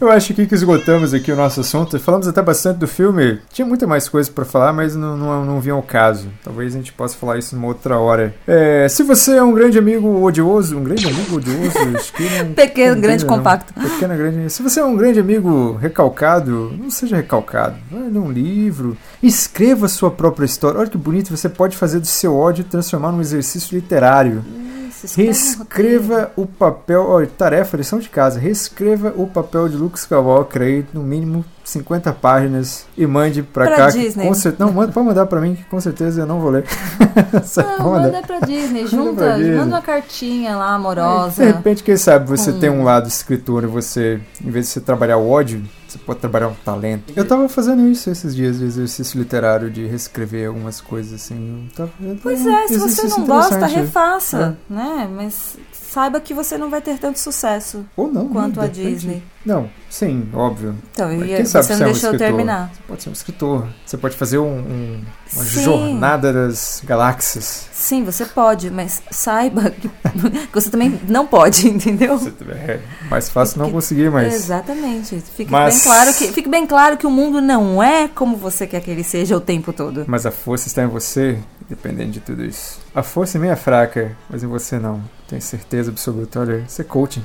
[SPEAKER 3] Eu acho que que esgotamos aqui o nosso assunto. Falamos até bastante do filme. Tinha muita mais coisa pra falar, mas não, não, não vinha ao caso. Talvez a gente possa falar isso numa outra hora. É, se você é um grande amigo odioso, um grande amigo odioso, acho que não-
[SPEAKER 4] Pequeno,
[SPEAKER 3] não
[SPEAKER 4] grande
[SPEAKER 3] entendo, não.
[SPEAKER 4] compacto.
[SPEAKER 3] Pequena, grande. Se você é um grande amigo recalcado, não seja recalcado. Vai ler um livro, escreva sua própria história. Olha que bonito, você pode fazer do seu ódio transformar num exercício literário.
[SPEAKER 4] Isso, escreve um roteiro.
[SPEAKER 3] Reescreva o papel, ó, tarefa, lição de casa. Reescreva o papel de Luke Skywalker aí, no mínimo 50 páginas e mande pra,
[SPEAKER 4] Pra
[SPEAKER 3] cá.
[SPEAKER 4] Disney.
[SPEAKER 3] Que com cer- Não, manda, pode mandar pra mim, que com certeza eu não vou ler. Só
[SPEAKER 4] Não,
[SPEAKER 3] pode mandar.
[SPEAKER 4] manda pra Disney, junta,
[SPEAKER 3] pra Disney. É,
[SPEAKER 4] manda uma cartinha lá
[SPEAKER 3] De
[SPEAKER 4] amorosa.
[SPEAKER 3] repente, quem sabe você
[SPEAKER 4] Com-
[SPEAKER 3] tem um lado escritor e você, em vez de você trabalhar o ódio, você pode trabalhar um talento. Eu tava fazendo isso esses dias, de exercício literário, de reescrever algumas coisas assim. Eu tava-
[SPEAKER 4] Pois é, se você
[SPEAKER 3] exercício
[SPEAKER 4] não gosta,
[SPEAKER 3] interessante.
[SPEAKER 4] refaça,
[SPEAKER 3] É.
[SPEAKER 4] né? Mas saiba que você não vai ter tanto sucesso
[SPEAKER 3] Ou não. né?
[SPEAKER 4] quanto a
[SPEAKER 3] De repente-
[SPEAKER 4] Disney.
[SPEAKER 3] Não, sim, óbvio.
[SPEAKER 4] Então,
[SPEAKER 3] Mas
[SPEAKER 4] e
[SPEAKER 3] quem sabe
[SPEAKER 4] você
[SPEAKER 3] se
[SPEAKER 4] não
[SPEAKER 3] é um
[SPEAKER 4] deixou eu
[SPEAKER 3] escritor?
[SPEAKER 4] terminar.
[SPEAKER 3] Você pode ser um escritor. Você pode fazer um- um- uma
[SPEAKER 4] Sim.
[SPEAKER 3] jornada das galáxias.
[SPEAKER 4] Sim, você pode, mas saiba que que você também não pode, entendeu?
[SPEAKER 3] É mais fácil não
[SPEAKER 4] Porque-
[SPEAKER 3] conseguir, mas.
[SPEAKER 4] Exatamente. Fique
[SPEAKER 3] Mas-
[SPEAKER 4] bem claro que fique bem claro que o mundo não é como você quer que ele seja o tempo todo.
[SPEAKER 3] Mas a força está em você, independente de tudo isso. A força em mim é fraca, mas em você não. Tenho certeza absoluta. Olha, isso é coaching.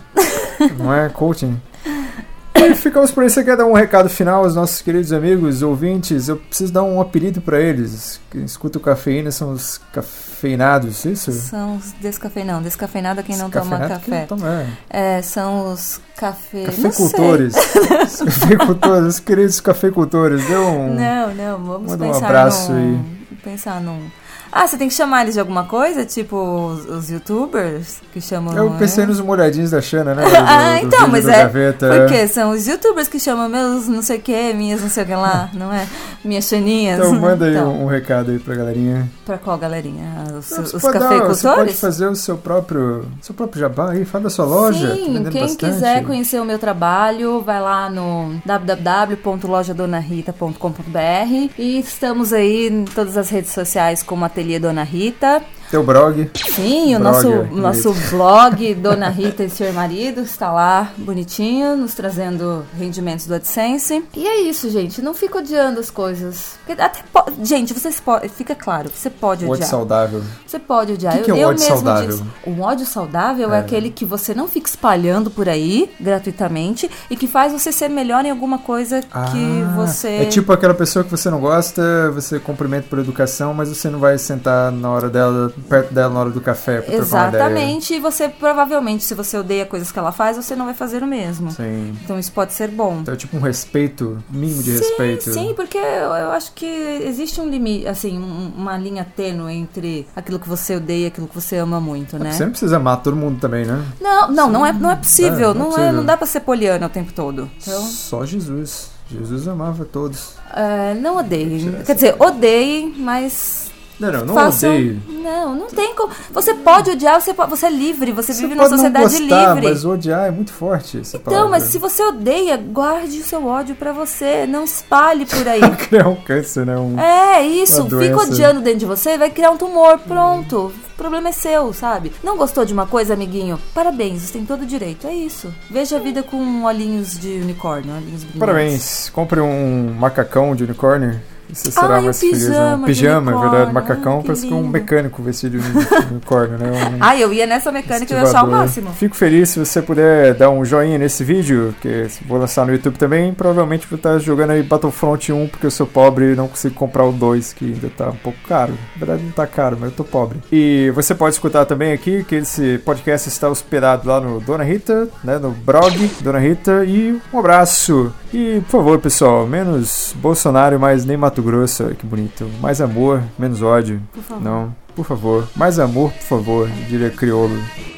[SPEAKER 3] não é coaching? E ficamos por aí. Você quer dar um recado final aos nossos queridos amigos, ouvintes? Eu preciso dar um apelido pra eles. Quem escuta o cafeína são os cafeinados, isso?
[SPEAKER 4] São os descafeinados. Não, descafeinado é quem não
[SPEAKER 3] Os
[SPEAKER 4] toma
[SPEAKER 3] cafeinados que
[SPEAKER 4] café.
[SPEAKER 3] não tomam, é.
[SPEAKER 4] É, são os café... não sei.
[SPEAKER 3] Cafeicultores. Os cafeicultores, os queridos cafeicultores. Deu um.
[SPEAKER 4] Não, não, vamos
[SPEAKER 3] Manda um
[SPEAKER 4] pensar
[SPEAKER 3] abraço
[SPEAKER 4] num... Pensar num... Ah, você tem que chamar eles de alguma coisa? Tipo os, os youtubers que chamam...
[SPEAKER 3] Eu pensei
[SPEAKER 4] né?
[SPEAKER 3] nos molhadinhos da Xana, né?
[SPEAKER 4] Ah, então,
[SPEAKER 3] vídeo
[SPEAKER 4] mas
[SPEAKER 3] do
[SPEAKER 4] é-
[SPEAKER 3] Gaveta.
[SPEAKER 4] Porque são os youtubers que chamam meus não sei o que, minhas não sei o que lá, não é? Minhas chaninhas.
[SPEAKER 3] Então manda aí
[SPEAKER 4] Então,
[SPEAKER 3] um, um recado aí pra galerinha.
[SPEAKER 4] Pra qual galerinha? Ah, Os,
[SPEAKER 3] pode dar-
[SPEAKER 4] os
[SPEAKER 3] você pode
[SPEAKER 4] cafeicultores?
[SPEAKER 3] fazer o seu próprio, seu próprio jabá aí, fala da sua loja. tá
[SPEAKER 4] Sim,
[SPEAKER 3] vendendo
[SPEAKER 4] quem
[SPEAKER 3] bastante.
[SPEAKER 4] quiser conhecer o meu trabalho, vai lá no www.lojadonarita.com.br e estamos aí em todas as redes sociais como Ateliê Dona Rita.
[SPEAKER 3] Teu blog.
[SPEAKER 4] Sim, o
[SPEAKER 3] Blog,
[SPEAKER 4] nosso,
[SPEAKER 3] é,
[SPEAKER 4] nosso blog Dona Rita e Senhor Marido está lá, bonitinho, nos trazendo rendimentos do AdSense. E é isso, gente, não fica odiando as coisas. Porque Até po- Gente, vocês podem, fica claro, você pode
[SPEAKER 3] Ódio
[SPEAKER 4] odiar.
[SPEAKER 3] saudável.
[SPEAKER 4] Você pode odiar.
[SPEAKER 3] Que que é
[SPEAKER 4] eu,
[SPEAKER 3] o
[SPEAKER 4] eu
[SPEAKER 3] ódio
[SPEAKER 4] mesmo
[SPEAKER 3] saudável?
[SPEAKER 4] disse. Um ódio saudável é. aquele que você não fica espalhando por aí gratuitamente e que faz você ser melhor em alguma coisa
[SPEAKER 3] Ah,
[SPEAKER 4] que você.
[SPEAKER 3] É tipo aquela pessoa que você não gosta, você cumprimenta por educação, mas você não vai sentar na hora dela perto dela na hora do café pra trocar uma ideia.
[SPEAKER 4] Exatamente, e você provavelmente, se você odeia coisas que ela faz, você não vai fazer o mesmo.
[SPEAKER 3] Sim.
[SPEAKER 4] Então isso pode ser bom.
[SPEAKER 3] Então é tipo um respeito, mínimo de
[SPEAKER 4] sim,
[SPEAKER 3] respeito.
[SPEAKER 4] Sim, porque eu, eu acho que existe um limite, assim, um- uma linha tênue entre aquilo que você odeia e aquilo que você ama muito, né?
[SPEAKER 3] Você não precisa amar todo mundo também, né?
[SPEAKER 4] Não, não, não é, não é possível.
[SPEAKER 3] É, não é
[SPEAKER 4] não, é,
[SPEAKER 3] possível.
[SPEAKER 4] não dá pra ser poliana o tempo todo. Então,
[SPEAKER 3] Só Jesus. Jesus amava todos.
[SPEAKER 4] é, não odeiem. Quer dizer, odeiem, mas.
[SPEAKER 3] Não, não, não
[SPEAKER 4] façam...
[SPEAKER 3] odeio.
[SPEAKER 4] Não, não tem como. Você pode odiar, você, po- você é livre, você,
[SPEAKER 3] Você
[SPEAKER 4] vive numa
[SPEAKER 3] pode não
[SPEAKER 4] sociedade
[SPEAKER 3] gostar,
[SPEAKER 4] livre.
[SPEAKER 3] Mas odiar é muito forte. Essa
[SPEAKER 4] Então, mas
[SPEAKER 3] palavra.
[SPEAKER 4] se você odeia, guarde o seu ódio pra você, não espalhe por aí.
[SPEAKER 3] Criar um câncer, né? Um...
[SPEAKER 4] É isso,
[SPEAKER 3] Uma
[SPEAKER 4] fica
[SPEAKER 3] doença.
[SPEAKER 4] odiando dentro de você, vai criar um tumor, pronto. O problema é seu, sabe? Não gostou de uma coisa, amiguinho? Parabéns, você tem todo o direito, é isso. Veja a vida com olhinhos de unicórnio, olhinhos brilhantes.
[SPEAKER 3] Parabéns. Compre um macacão de unicórnio. Você será
[SPEAKER 4] Ai, um
[SPEAKER 3] mais feliz. né?
[SPEAKER 4] pijama de
[SPEAKER 3] Pijama, é verdade.
[SPEAKER 4] unicórnio.
[SPEAKER 3] Macacão
[SPEAKER 4] Ai, que
[SPEAKER 3] parece que é um
[SPEAKER 4] lindo.
[SPEAKER 3] mecânico vestido de unicórnio, né? Um...
[SPEAKER 4] Ah, eu ia nessa mecânica e eu ia achar o
[SPEAKER 3] Estivador.
[SPEAKER 4] máximo.
[SPEAKER 3] Fico feliz se você puder dar um joinha nesse vídeo, que vou lançar no YouTube também. Provavelmente vou estar jogando aí Battlefront 1, porque eu sou pobre e não consigo comprar o 2, que ainda tá um pouco caro. Na verdade, não tá caro, mas eu tô pobre. E você pode escutar também aqui que esse podcast está hospedado lá no Dona Rita, né? No blog Dona Rita. E um abraço. E, por favor, pessoal, menos Bolsonaro, mais nem Mato Grosso. Olha Que bonito. Mais amor, menos ódio.
[SPEAKER 4] Por favor.
[SPEAKER 3] Não, por favor. Mais amor, por favor, diria Criolo.